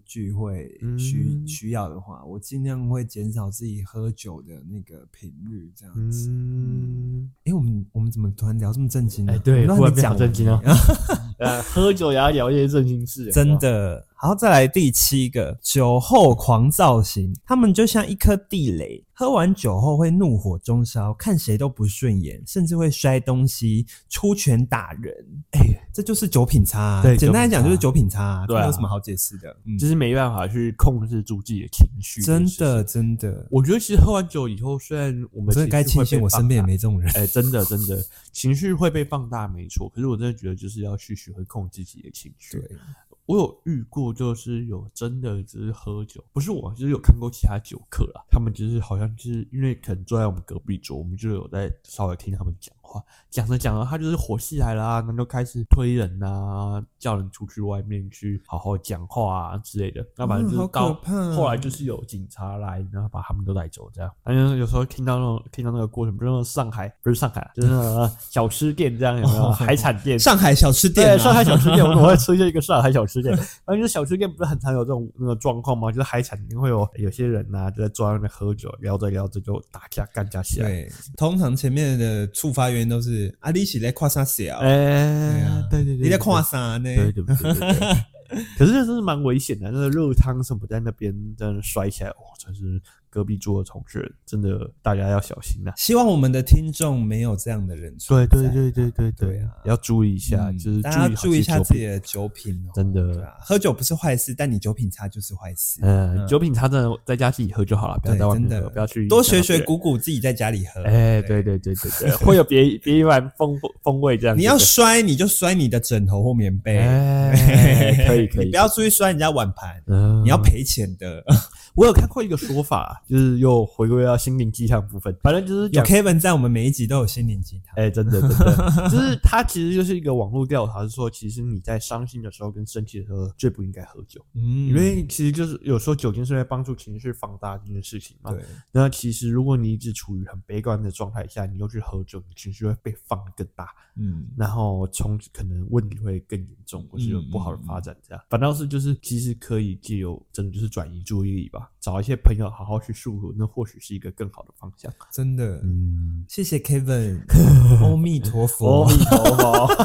B: 聚会
A: 嗯
B: 需、需要的话，我尽量会减少自己喝酒的那个频率，这样子。
A: 嗯，
B: 哎、我们我们怎么突然聊这么正经 呢、
A: 哎对
B: 我
A: 忽
B: 不
A: 然
B: 知道
A: 变好
B: 你讲
A: 正经哦
B: 我
A: 呃，喝酒也要聊一些正经事，有没有
B: 真的。好，再来第七个，酒后狂躁型，他们就像一颗地雷，喝完酒后会怒火中烧，看谁都不顺眼，甚至会摔东西、出拳打人。哎、这就是酒品差、啊。
A: 对
B: 简单来讲
A: 酒
B: 就
A: 品差
B: 是酒品差、啊，这
A: 对啊
B: 没有什么好解释的。嗯
A: 就，是没办法去控制住自己的情绪，
B: 真的。真的，
A: 我觉得其实喝完酒以后，虽然我们
B: 我真的该
A: 情绪会
B: 庆幸
A: 被
B: 我身边也
A: 放大
B: 没这种人。
A: 哎、真的真的，情绪会被放大，没错。可是我真的觉得，就是要去学会控制自己的情绪。
B: 对，
A: 我有遇过，就是有真的只是喝酒，不是我，就是有看过其他酒客啦，他们就是好像就是因为可能坐在我们隔壁桌，我们就有在稍微听他们讲话，讲着讲着，他就是火气来了、啊，然后就开始推人啊，叫人出去外面去好好讲话啊之类的。那反正就
B: 嗯好
A: 是
B: 可
A: 到、
B: 怕哦
A: 后来就是有警察来，然后把他们都带走，这样。反正有时候听到那种听到那个过程，不是那种上海，不是上海啊，就是那种呃小吃店这样，有没
B: 哦
A: 有？海产店，
B: 上海小吃店、啊，
A: 对，上海小 吃店，我怎么会出现一个上海小吃店？然后就是小吃店不是很常有这种那个状况吗？就是海产店会有有些人呐、就在坐在那边喝酒，聊着聊着就打架干架起来。
B: 对，通常前面的触发原因都是啊，你是在跨啥小？对
A: 哎
B: 啊，
A: 对对对，
B: 你在跨
A: 看，
B: 啥呢？
A: 对对对对对 对。可是这真是蛮危险的，那个肉汤什么在那边真的摔起来，哇，真是隔壁桌的同事，真的大家要小心呐、啊
B: 希望我们的听众没有这样的人
A: 对
B: 存在。
A: 对对对对
B: 对啊
A: 要注意一下，
B: 嗯
A: 就是
B: 大家
A: 注
B: 注意一下自己
A: 酒品。
B: 的酒品哦，
A: 真的
B: 对啊，喝酒不是坏事，但你酒品差就是坏事。
A: 呃，
B: 嗯
A: 酒品差真的在家自己喝就好了，不要
B: 对，
A: 在外
B: 真
A: 面
B: 的
A: 喝，不要去影
B: 多
A: 响到
B: 学学
A: 别人
B: 鼓鼓，自己在家里喝。
A: 哎，对对对对对，会有别别一番风风味这样子。
B: 你要摔你就摔你的枕头或棉被，
A: 哎， 可以可以，
B: 欸你不要出去摔人家碗盘，
A: 嗯，
B: 你要赔钱的。
A: 我有看过一个说法，就是又回归到心灵鸡汤部分，反正就是
B: 有
A: 讲。
B: Kevin 在我们每一集都有心灵鸡汤。
A: 哎、真的，真的， 就是它其实就是一个网络调查，是说其实你在伤心的时候跟生气的时候最不应该喝酒，
B: 嗯
A: 因为其实就是有时候酒精是在帮助情绪放大这件事情嘛。
B: 对，
A: 那其实如果你一直处于很悲观的状态下，你又去喝酒，你情绪会被放得更大。
B: 嗯，
A: 然后从此可能问题会更严重，或是有不好
B: 嗯
A: 的发展，这样、反倒是就是其实可以借由真的就是转移注意力吧，找一些朋友好好去诉苦，那或许是一个更好的方向。啊
B: 真的，
A: 嗯，
B: 谢谢 Kevin，阿弥陀
A: 阿
B: 佛。
A: 弥陀 佛，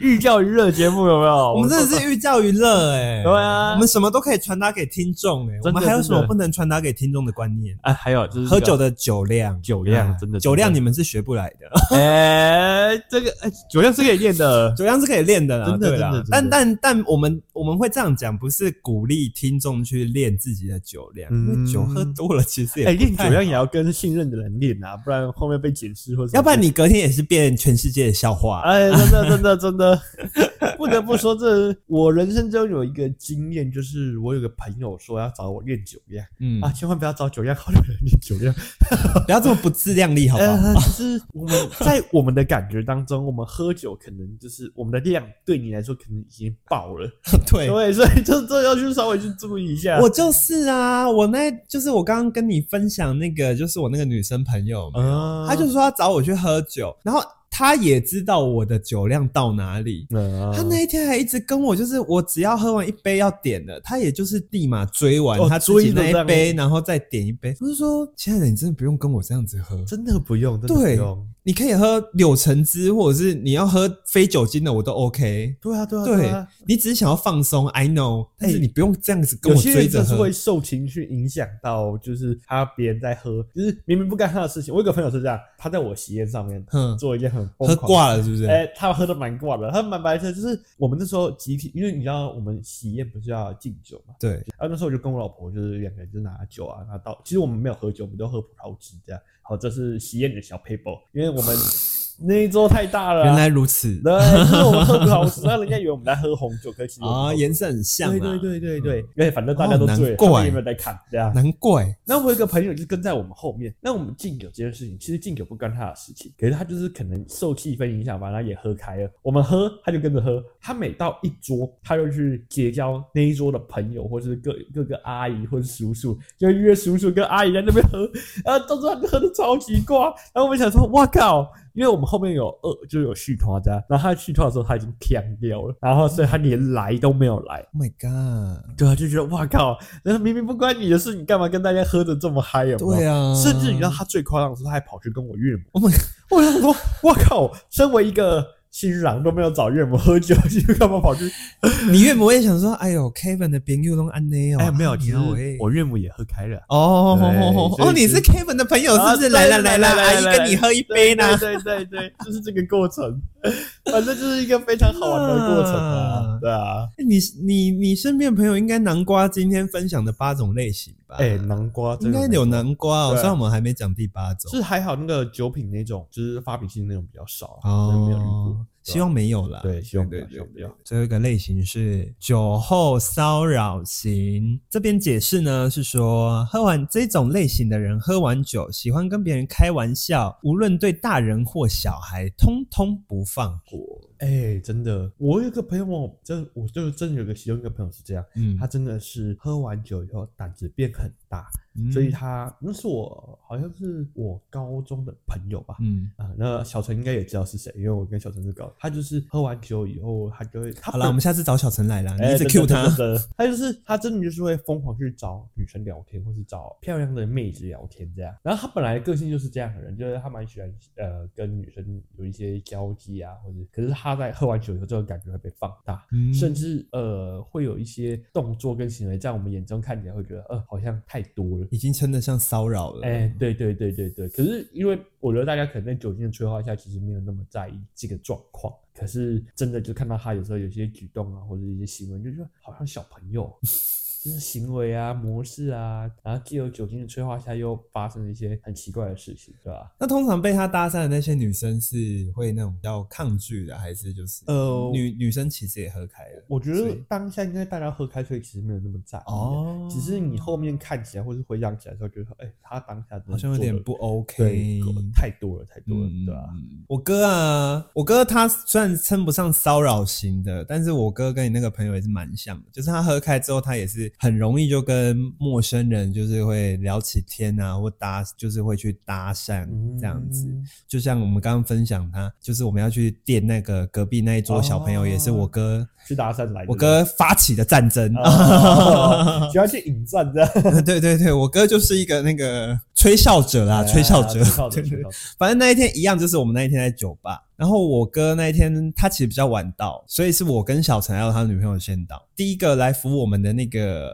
A: 寓教于乐节目有没有？
B: 我们真的是寓教于乐哎，
A: 对啊
B: 我们什么都可以传达给听众哎，
A: 真的
B: 我们还有什么
A: 真的
B: 不能传达给听众的观念？
A: 哎，还有就是这个
B: 喝酒，的酒量，
A: 酒量
B: 啊
A: 真的
B: 酒量
A: 真的
B: 你们是学不来的，
A: 哎，这个哎，酒量是可以练的，
B: 酒量是可以练的啦，
A: 真的
B: 对啦
A: 真的真的
B: 但但但我们我们会这样讲，不是鼓励听众去练自己的酒量，
A: 嗯
B: 因为酒喝多了其实也
A: 哎，
B: 不
A: 练酒
B: 太
A: 量也要跟信任的人练啊，不然后面被解释或者
B: 要不然你隔天也是变全世界的笑话。
A: 哎，真的，真的，真的，不得不说这，我人生中有一个经验，就是我有个朋友说要找我练酒量、
B: 嗯，
A: 啊，千万不要找酒量好的人练酒量。
B: 不要这么不自量 力，好不好？
A: 呃，就是我们在我们的感觉当中，我们喝酒可能就是我们的量对你来说可能已经爆了，
B: 对，
A: 对，啊所以这这要去稍微去注意一下。
B: 我就是啊，我那就是我刚刚跟你分享那个，就是我那个女生朋友，
A: 啊
B: 她就说要找我去喝酒，然后她也知道我的酒量到哪里。她
A: 他
B: 那一天还一直跟我，就是我只要喝完一杯要点的，她也就是立马追完
A: 哦
B: 她自
A: 追
B: 己
A: 的
B: 那
A: 这
B: 一
A: 样
B: 杯，然后再点一杯。我就说，亲爱的，你真的不用跟我这样子喝，
A: 真的不用，真的不
B: 对
A: 用。
B: 你可以喝柳橙汁，或者是你要喝非酒精的，我都 OK。
A: 对啊，对啊，
B: 对
A: 啊。哎
B: 你只是想要放松，I know，但是你不用这样子跟
A: 有
B: 我
A: 些
B: 追
A: 人
B: 着
A: 真的是
B: 喝
A: 会。受情绪影响到，就是他别人在喝，就是明明不干他的事情。我有个朋友是这样，他在我喜宴上面
B: 哼
A: 做一件很疯
B: 喝
A: 狂的
B: 挂了是不是？
A: 哎、他喝的蛮挂的，他蛮白痴。就是我们那时候集体，因为你知道我们喜宴不是要敬酒嘛，
B: 对，
A: 然后那时候我就跟我老婆就是两个人就拿酒啊，拿到，其实我们没有喝酒，我们都喝葡萄汁这样。好，这是喜宴的小 paper，因为我们
C: 那一桌太大了啊、
B: 原来如此
C: 对，就是我们喝葡萄酒，让人家以为我们在喝红酒，可是其实我们
B: 啊，
C: 喝
B: 颜色很像啊，
C: 对对对对对，因为反正大家都醉
B: 哦难
C: 了，
B: 怪
C: 他们也没有在看，对啊。
B: 难怪
A: 那我有一个朋友就是跟在我们后面，那我们敬酒这件事情，其实敬酒不干他的事情，可是他就是可能受气氛影响吧，然后也喝开了，我们喝他就跟着喝，他每到一桌他就去结交那一桌的朋友，或是各 各个阿姨或是叔叔，就约叔叔跟阿姨在那边喝，然后到时候他就喝的超级挂，然后我们想说，哇靠！因为我们后面有二，就有续团的，然后他续团的时候他已经呛掉了，然后所以他连来都没有来，
B: ，Oh my god，
A: 对啊，就觉得哇靠，那明明不关你的事，你干嘛跟大家喝的这么嗨有没有
B: 对啊，
A: 甚至你知道他最夸张的是，他还跑去跟我 岳母。
B: Oh my
A: 我想说，哇靠，身为一个新郎都没有找岳母喝酒，你干嘛跑 去？
B: 你岳母也想说，哎呦，Kevin 的朋友都安内哦，
A: 哎，没有，
B: 啊
A: 其实
B: 你要喂
A: 我岳母也喝开了。
B: 哦
A: 对
B: 哦
A: 所以
B: 哦，你是
A: 是
B: Kevin 的朋友是不是？
A: 啊
B: 来
A: 对
B: 来来
A: 来
B: 来，
A: 来
B: 阿姨
A: 来
B: 跟你喝一杯呢。
A: 对对对对， 就是这个过程， 反正就是一个非常好玩的过程啊
B: 啊，
A: 对啊。
B: 你你你身边朋友应该南瓜今天分享的八种类型吧？
A: 哎，南瓜
B: 应
A: 真的
B: 该有南瓜哦，
A: 对啊
B: 虽然我们还没讲第八种
A: 是还好，那个酒品那种就是发脾气那种比较少，真的没有遇过
B: 哦。，
A: 对啊
B: 希望没有啦。
A: 对，希望不
B: 对
A: 要，
B: 对
A: 希望不要。
B: 最后一个类型是酒后骚扰型，这边解释呢是说，喝完这种类型的人，喝完酒喜欢跟别人开玩笑，无论对大人或小孩，通通不放过。
A: 哎、真的，我有一个朋友，哦真我就真的有个其中一个朋友是这样，
B: 嗯
A: 他真的是喝完酒以后胆子变很大，
B: 嗯
A: 所以他那是我好像是我高中的朋友吧。
B: 嗯，
A: 啊，那小陈应该也知道是谁，因为我跟小陈是高，他就是喝完酒以后，他就会，他
B: 好了，我们下次找小陈来啦，
A: 哎
B: 你一直
A: 真的
B: Q 他。
A: 真的 真的他就是他真的就是会疯狂去找女生聊天，或是找漂亮的妹子聊天这样。然后他本来个性就是这样的人，就是他蛮喜欢呃跟女生有一些交际啊，或者可是他在喝完酒以后，这个感觉会被放大。
B: 嗯
A: 甚至呃，会有一些动作跟行为，在我们眼中看起来会觉得，呃，好像太多了。
B: 已经称得上骚扰了。
A: 哎、对对对对对。可是因为我觉得大家可能在酒精的催化下，其实没有那么在意这个状况。可是真的就看到他有时候有些举动啊，或者一些行为，就觉得好像小朋友， 就是行为啊、模式啊，然后借由酒精的催化下，又发生了一些很奇怪的事情，对吧？
B: 那通常被他搭讪的那些女生是会那种比较抗拒的，还是就是
A: 呃
B: 女女生其实也喝开了？
A: 我觉
B: 所
A: 得
B: 以
A: 当下应该大家喝开，所以其实没有那么在意啊。
B: 哦，
A: 只是你后面看起来或是回想起来的时候，觉得哎、他当下真的
B: 好像有点
A: 做得
B: 不 OK，
A: 对，太多了，太多了，
B: 嗯
A: 对吧、
B: 我哥啊，我哥他虽然称不上骚扰型的，但是我哥跟你那个朋友也是蛮像的，就是他喝开之后，他也是很容易就跟陌生人就是会聊起天啊，或搭就是会去搭讪
A: 嗯
B: 这样子。就像我们刚刚分享他，就是我们要去电那个隔壁那一桌小朋友，
A: 哦
B: 也是我哥
A: 去搭讪来的。
B: 我哥发起的战争。
A: 哦，需要去引战这样。
B: 对对对，我哥就是一个那个吹哨者啦，吹哨者，
A: 哎啊吹哨者，
B: 对对
A: 吹
B: 对
A: 哨者
B: 反正那一天一样，就是我们那一天在酒吧，然后我哥那一天他其实比较晚到，所以是我跟小陈还有他女朋友先到。第一个来服务我们的那个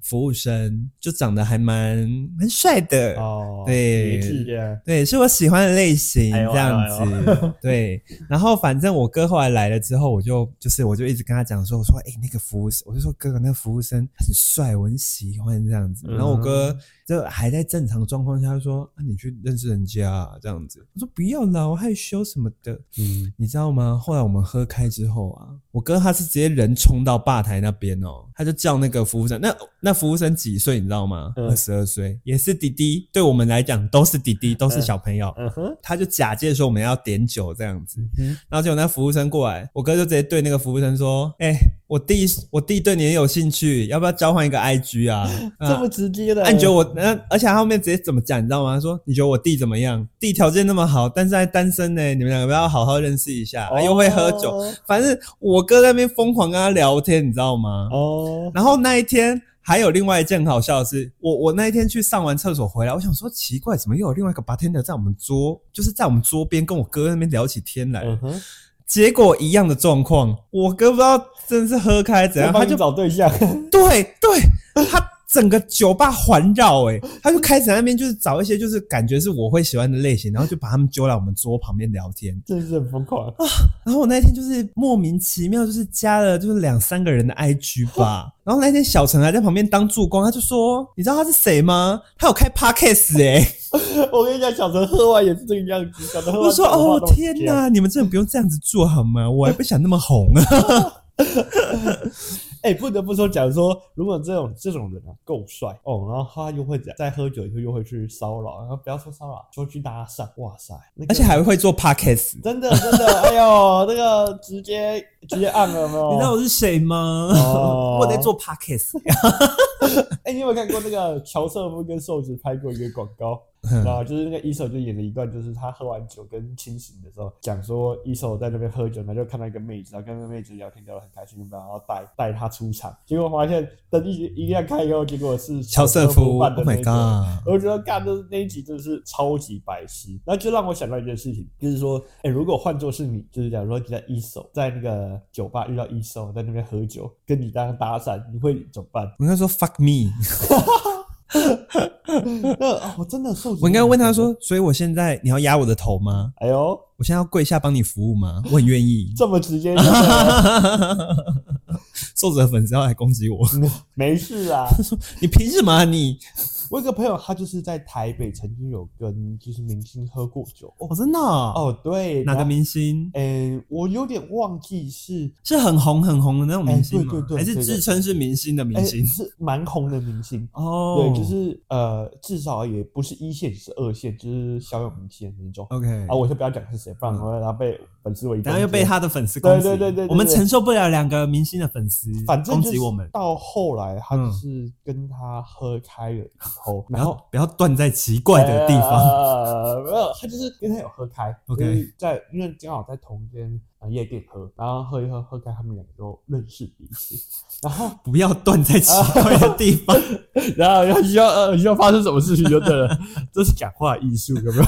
B: 服务生，就长得还蛮蛮帅的，
A: 哦，
B: 对
A: 别致这样。
B: 对，是我喜欢的类型，
A: 哎呦
B: 这样
A: 哎呦
B: 子。对，然后反正我哥后来来了之后，我就就是我就一直跟他讲说，我说哎、那个服务生，我就说哥哥，那个服务生很帅，我很喜欢这样子。然后我
A: 嗯
B: 哥就还在正常状况下就说，啊，你去认识人家、啊、这样子。我说不要啦，我害羞什么的。
A: 嗯，
B: 你知道吗？后来我们喝开之后啊，我哥他是直接人冲到吧台那边哦，他就叫那个服务生。那那服务生几岁你知道吗？
A: 嗯
B: 二十二岁，也是弟弟。对我们来讲都是弟弟，都是小朋友。
A: 嗯哼，
B: 他就假借说我们要点酒这样子，
A: 嗯
B: 然后结果那服务生过来，我哥就直接对那个服务生说：“哎、我弟我弟对你很有兴趣，要不要交换一个 IG 啊？”啊
A: 这么直接的。
B: 啊，你觉得我？那而且他后面直接怎么讲，你知道吗？他说你觉得我弟怎么样？弟条件那么好，但是还单身呢、你们两个不要好好认识一下，啊又会喝酒。
A: 哦
B: 反正我哥在那边疯狂跟他聊天，你知道吗？
A: 哦，
B: 然后那一天还有另外一件很好笑的是，我我那一天去上完厕所回来，我想说奇怪，怎么又有另外一个 bartender 在我们桌，就是在我们桌边跟我哥那边聊起天来，
A: 嗯哼，
B: 结果一样的状况，我哥不知道真的是喝开怎
A: 然
B: 样，他
A: 后
B: 就
A: 就找对象。
B: 对对，他整个酒吧环绕， 哎，他就开始在那边就是找一些就是感觉是我会喜欢的类型，然后就把他们揪来我们桌旁边聊天。
A: 真是很疯狂，
B: 然后我那天就是莫名其妙，就是加了就是两三个人的 IG 吧。然后 那天小陈还在旁边当助攻，他就说：“你知道他是谁吗？他有开 podcast 哎、
A: 我跟你讲，小陈喝完也是这个样子。小陈喝完
B: 我说
A: 讲话
B: 哦
A: 都是
B: 天
A: 这样！
B: 哪，你们真的不用这样子做好 吗？我还不想那么红啊。
A: 哎、不得不说，假如说如果这种这种人啊够帅哦，然后他又会在在喝酒以后又会去骚扰，然后不要说骚扰，说去搭讪，哇塞，那个
B: 而且还会做 podcast。
A: 真的真的， 哎呦，那个直接直接按了没有？
B: 你知道我是谁吗？
A: 哦
B: 我在做 podcast，
A: 哎、你有没有看过那个乔瑟夫跟瘦子拍过一个广 告？
B: 嗯
A: 然后就是那个伊手就演了一段，就是他喝完酒跟清醒的时候，讲说伊手在那边喝酒，然后就看到一个妹子，然后跟那个妹子聊天聊得很开心，然后带带她出场，结果发现灯一一亮开以后，结果是
B: 乔瑟
A: 瑟
B: 夫。
A: 扮
B: Oh
A: 的
B: my
A: 那个
B: god！
A: 我觉得干的那一集真的是超级白痴，那就让我想到一件事情，就是说，哎、如果换作是你，就是假如说你在一手在那个酒吧遇到一手在那边喝酒，跟你当搭讪，你会怎么办？
B: 我应该说 fuck me，
A: 啊那、啊我真的受，
B: 我应该问他
A: 啊
B: 说，所以我现在你要压我的头吗？：“
A: 哎呦，
B: 我现在要跪下帮你服务吗？我很愿意。
A: 这么直接就对了，
B: 作者粉丝要来攻击我，
A: 没事啊。
B: 你凭什么啊你？
A: 我有个朋友，他就是在台北曾经有跟就是明星喝过酒。
B: 我真的哦，
A: 哦，对，
B: 哪个
A: 然后？
B: 明星
A: 嗯、我有点忘记是
B: 是很红很红的那种明星
A: 哎对
B: 吗
A: 对？对
B: 还是
A: 对对
B: 自称是明星的明
A: 哎
B: 星？
A: 是蛮红的明星。
B: 哦，
A: 对，就是呃，至少也不是一线，是二线，就是小有名气的那种。
B: OK
A: 啊，我就不要讲是谁，不然我会让他被粉丝围攻。
B: 然后又被他的粉丝攻击，
A: 对对对对对对
B: 我们承受不了两个明星的粉丝
A: 反正
B: 攻
A: 就是
B: 击我们，
A: 到后来，他就
B: 嗯
A: 是跟他喝开了以后，
B: 然
A: 然后
B: 后不要断在奇怪的地方。
A: 呃，没有，他就是跟他有喝开
B: OK
A: 就是在因为刚好在同一间呃夜店喝，然后喝一喝喝开，他们两个就认识彼此，然后
B: 不要断在奇怪的地方，
A: 然后要需要呃需要发生什么事情就对了，这是讲话艺术，有没 有？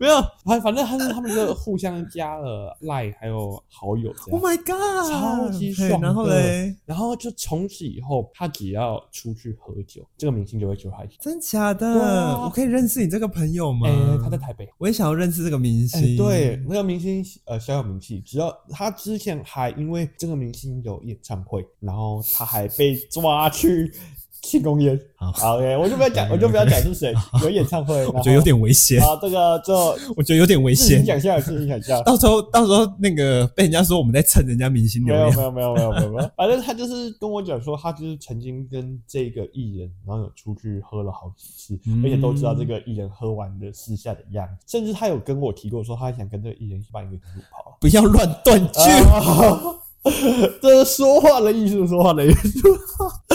A: 没有，反反正他们他们就互相加了赖还有好友这
B: Oh
A: 样。
B: my god，
A: 啊超级
B: 嘿
A: 爽
B: 然后
A: 的
B: 嘞，
A: 然后就从此以后，他只要出去喝酒，这个明星就会揪他一起。
B: 真假的
A: 对啊？
B: 我可以认识你这个朋友吗
A: 哎、？他在台北。
B: 我也想要认识这个明
A: 哎、
B: 星。
A: 对，，那个明星呃小有名气，只要他之前还因为这个明星有演唱会，然后他还被抓去庆功宴。
B: 好
A: ，OK，我就不要讲，我就不要讲是 谁有演唱会。
B: 我觉得有点危险
A: 然，后啊，这个就
B: 我觉得有点危
A: 自行
B: 险。
A: 想象，自行想 象。
B: 到时候到时候那个被人家说我们在蹭人家明星流
A: 没有
B: 量，
A: 没有没有没有没有没有，反正他就是跟我讲说，他就是曾经跟这个艺人，然后有出去喝了好几次，
B: 嗯
A: 而且都知道这个艺人喝完的私下的样子，甚至他有跟我提过说，他想跟这个艺人去办一个路跑。
B: 不要乱断句。
A: 啊 这是说话的艺术，说话的艺术。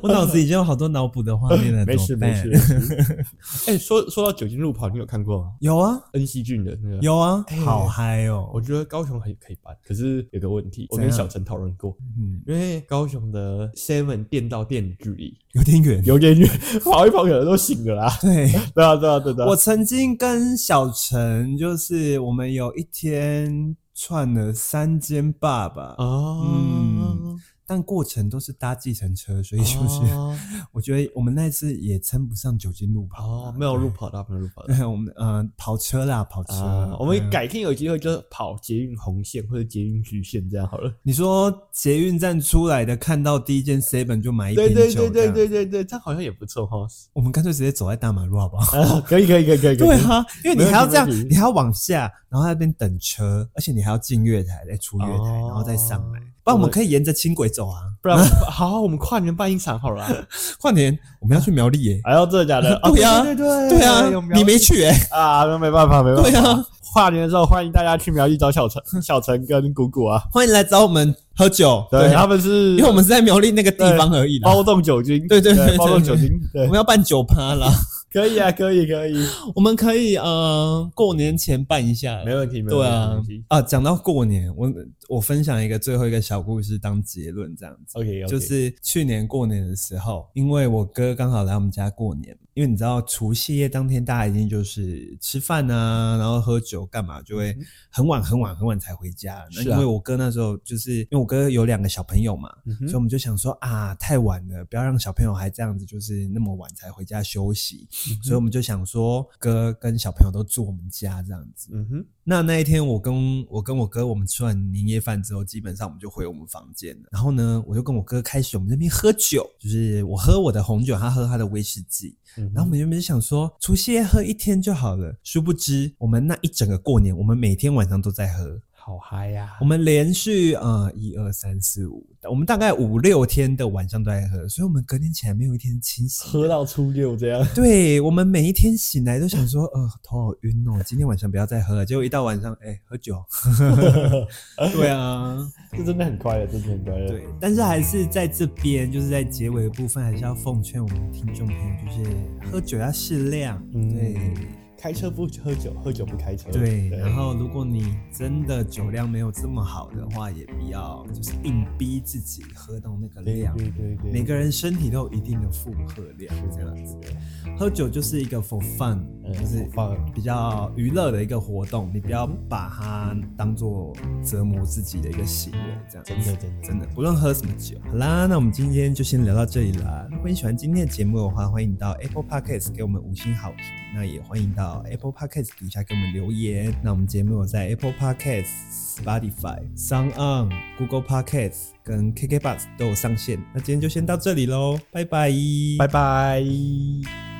B: 我脑子已经有好多脑补的画 面了，
A: 没事
B: 怎么
A: 没
B: 办
A: 事。没 事哎、说说到酒精路跑，你有看过吗？
B: 有啊
D: 恩熙俊的那个，
B: 有啊
D: 哎，
B: 好嗨
D: 我
B: 哦！
D: 觉得高雄很可以办，可是有个问题，我
B: 怎
D: 跟
B: 样
D: 小陈讨论过，
B: 嗯，
D: 因为高雄的 Seven 店到店的距离
B: 有点远。
D: 有点远，跑一跑可能都醒了啦。
B: 对，
D: 对啊，对啊，对啊对啊。
B: 我曾经跟小陈，就是我们有一天串了三间爸爸，
D: 啊，
B: 嗯但过程都是搭计程车，所以就是、
D: 啊
B: 我觉得我们那次也称不上酒精路跑啦
D: 哦，没有路。跑的，没有路跑 的
B: 对。对 我们呃跑车啦，跑车。
D: 啊，我们
B: 嗯
D: 改天有机会就是跑捷运红线或者捷运橘线这样好了。
B: 你说捷运站出来的，看到第一间 seven 就买一瓶
D: 对
B: 酒，
D: 对对对
B: 这样
D: 对对对，这样好像也不错哈。
B: 我们干脆直接走在大马路好不 好？
D: 啊，可以可以可以可以。可以
B: 对，啊，因为你还要这样
D: 没问题没问，题
B: 你还要往下，然后在那边等车，而且你还要进月台，再出月台，
D: 哦
B: 然后再上来。不然我
D: 我
B: 们
D: 们
B: 可以沿着轻轨走啊。
D: 不然好，我们跨年办一场好了啊。
B: 跨年我们要去苗栗耶、
D: 哎呦，真的假的？
B: 对啊
D: 对 对
B: 对啊
D: 有，苗栗
B: 你没 去哎、
D: 啊，那没办法，没办法。
B: 对啊，
D: 跨年的时候欢迎大家去苗栗找小 陈、小陈跟谷谷啊。
B: 欢迎来找我们喝酒。
D: 对，他们是
B: 啊因为我们是在苗栗那个地方而已啦。
D: 包动酒精，
B: 对对对对
D: 包动酒精，
B: 我
D: 对，
B: 们要办酒趴啦，
D: 可以啊，可以可以，
B: 我们可以呃过年前办一下。
D: 没问题，没
B: 对
D: 问
B: 啊
D: 题，
B: 啊，讲到过年，我我分享一个最后一个小故事当结论这样子。
D: ，OK，
B: 就是去年过年的时候，因为我哥刚好来我们家过年，因为你知道除夕夜当天大家一定就是吃饭啊，然后喝酒干嘛，就会很晚很晚很晚才回家。那
D: 嗯是
B: 因
D: 啊
B: 为我哥那时候就是因为我哥有两个小朋友嘛，
D: 嗯哼
B: 所以我们就想说啊，太晚了，不要让小朋友还这样子，就是那么晚才回家休息。所以我们就想说，哥跟小朋友都住我们家这样子。
D: 嗯哼，
B: 那那一天，我跟我跟我哥，我们吃完年夜饭之后，基本上我们就回我们房间了。然后呢，我就跟我哥开始我们那边喝酒，就是我喝我的红酒，他喝他的威士忌。然后我们原本就想说除夕夜喝一天就好了，殊不知我们那一整个过年，我们每天晚上都在喝。
A: 好嗨呀、
B: 我们连续呃一二三四五，我们大概五六天的晚上都在喝，所以我们隔天起来没有一天清醒。
C: 喝到初六这 样，
B: 对我们每一天醒来都想说，呃，头好晕哦，今天晚上不要再喝了。结果一到晚上，哎、喝酒。对啊，
C: 这真的很快乐，真的很快乐。
B: 对，但是还是在这边，就是在结尾的部分，还是要奉劝我们听众朋友，就是喝酒要适量。
C: 嗯
B: 对、
C: 开车不喝酒，喝酒不开车。
B: 对，然后如果你真的酒量没有这么好的话，也不要就是硬逼自己喝到那个
C: 对
B: 量。
C: 对对对，
B: 每个人身体都有一定的负荷量，这样子。喝酒就是一个 for fun，、
C: 嗯
B: 就是
C: 放
B: 比较娱乐的一个活动，你不要把它当做折磨自己的一个行为，这样子
C: 真的真的
B: 真的，不论喝什么酒。好啦，那我们今天就先聊到这里啦。如果你喜欢今天的节目的话，欢迎你到 Apple Podcast 给我们五星好评，那也欢迎到 Apple Podcast 底下给我们留言。那我们节目有在 Apple Podcast、Spotify、Sound On、Google Podcast 跟 KKBox 都有上线。那今天就先到这里喽，拜拜，
C: 拜拜。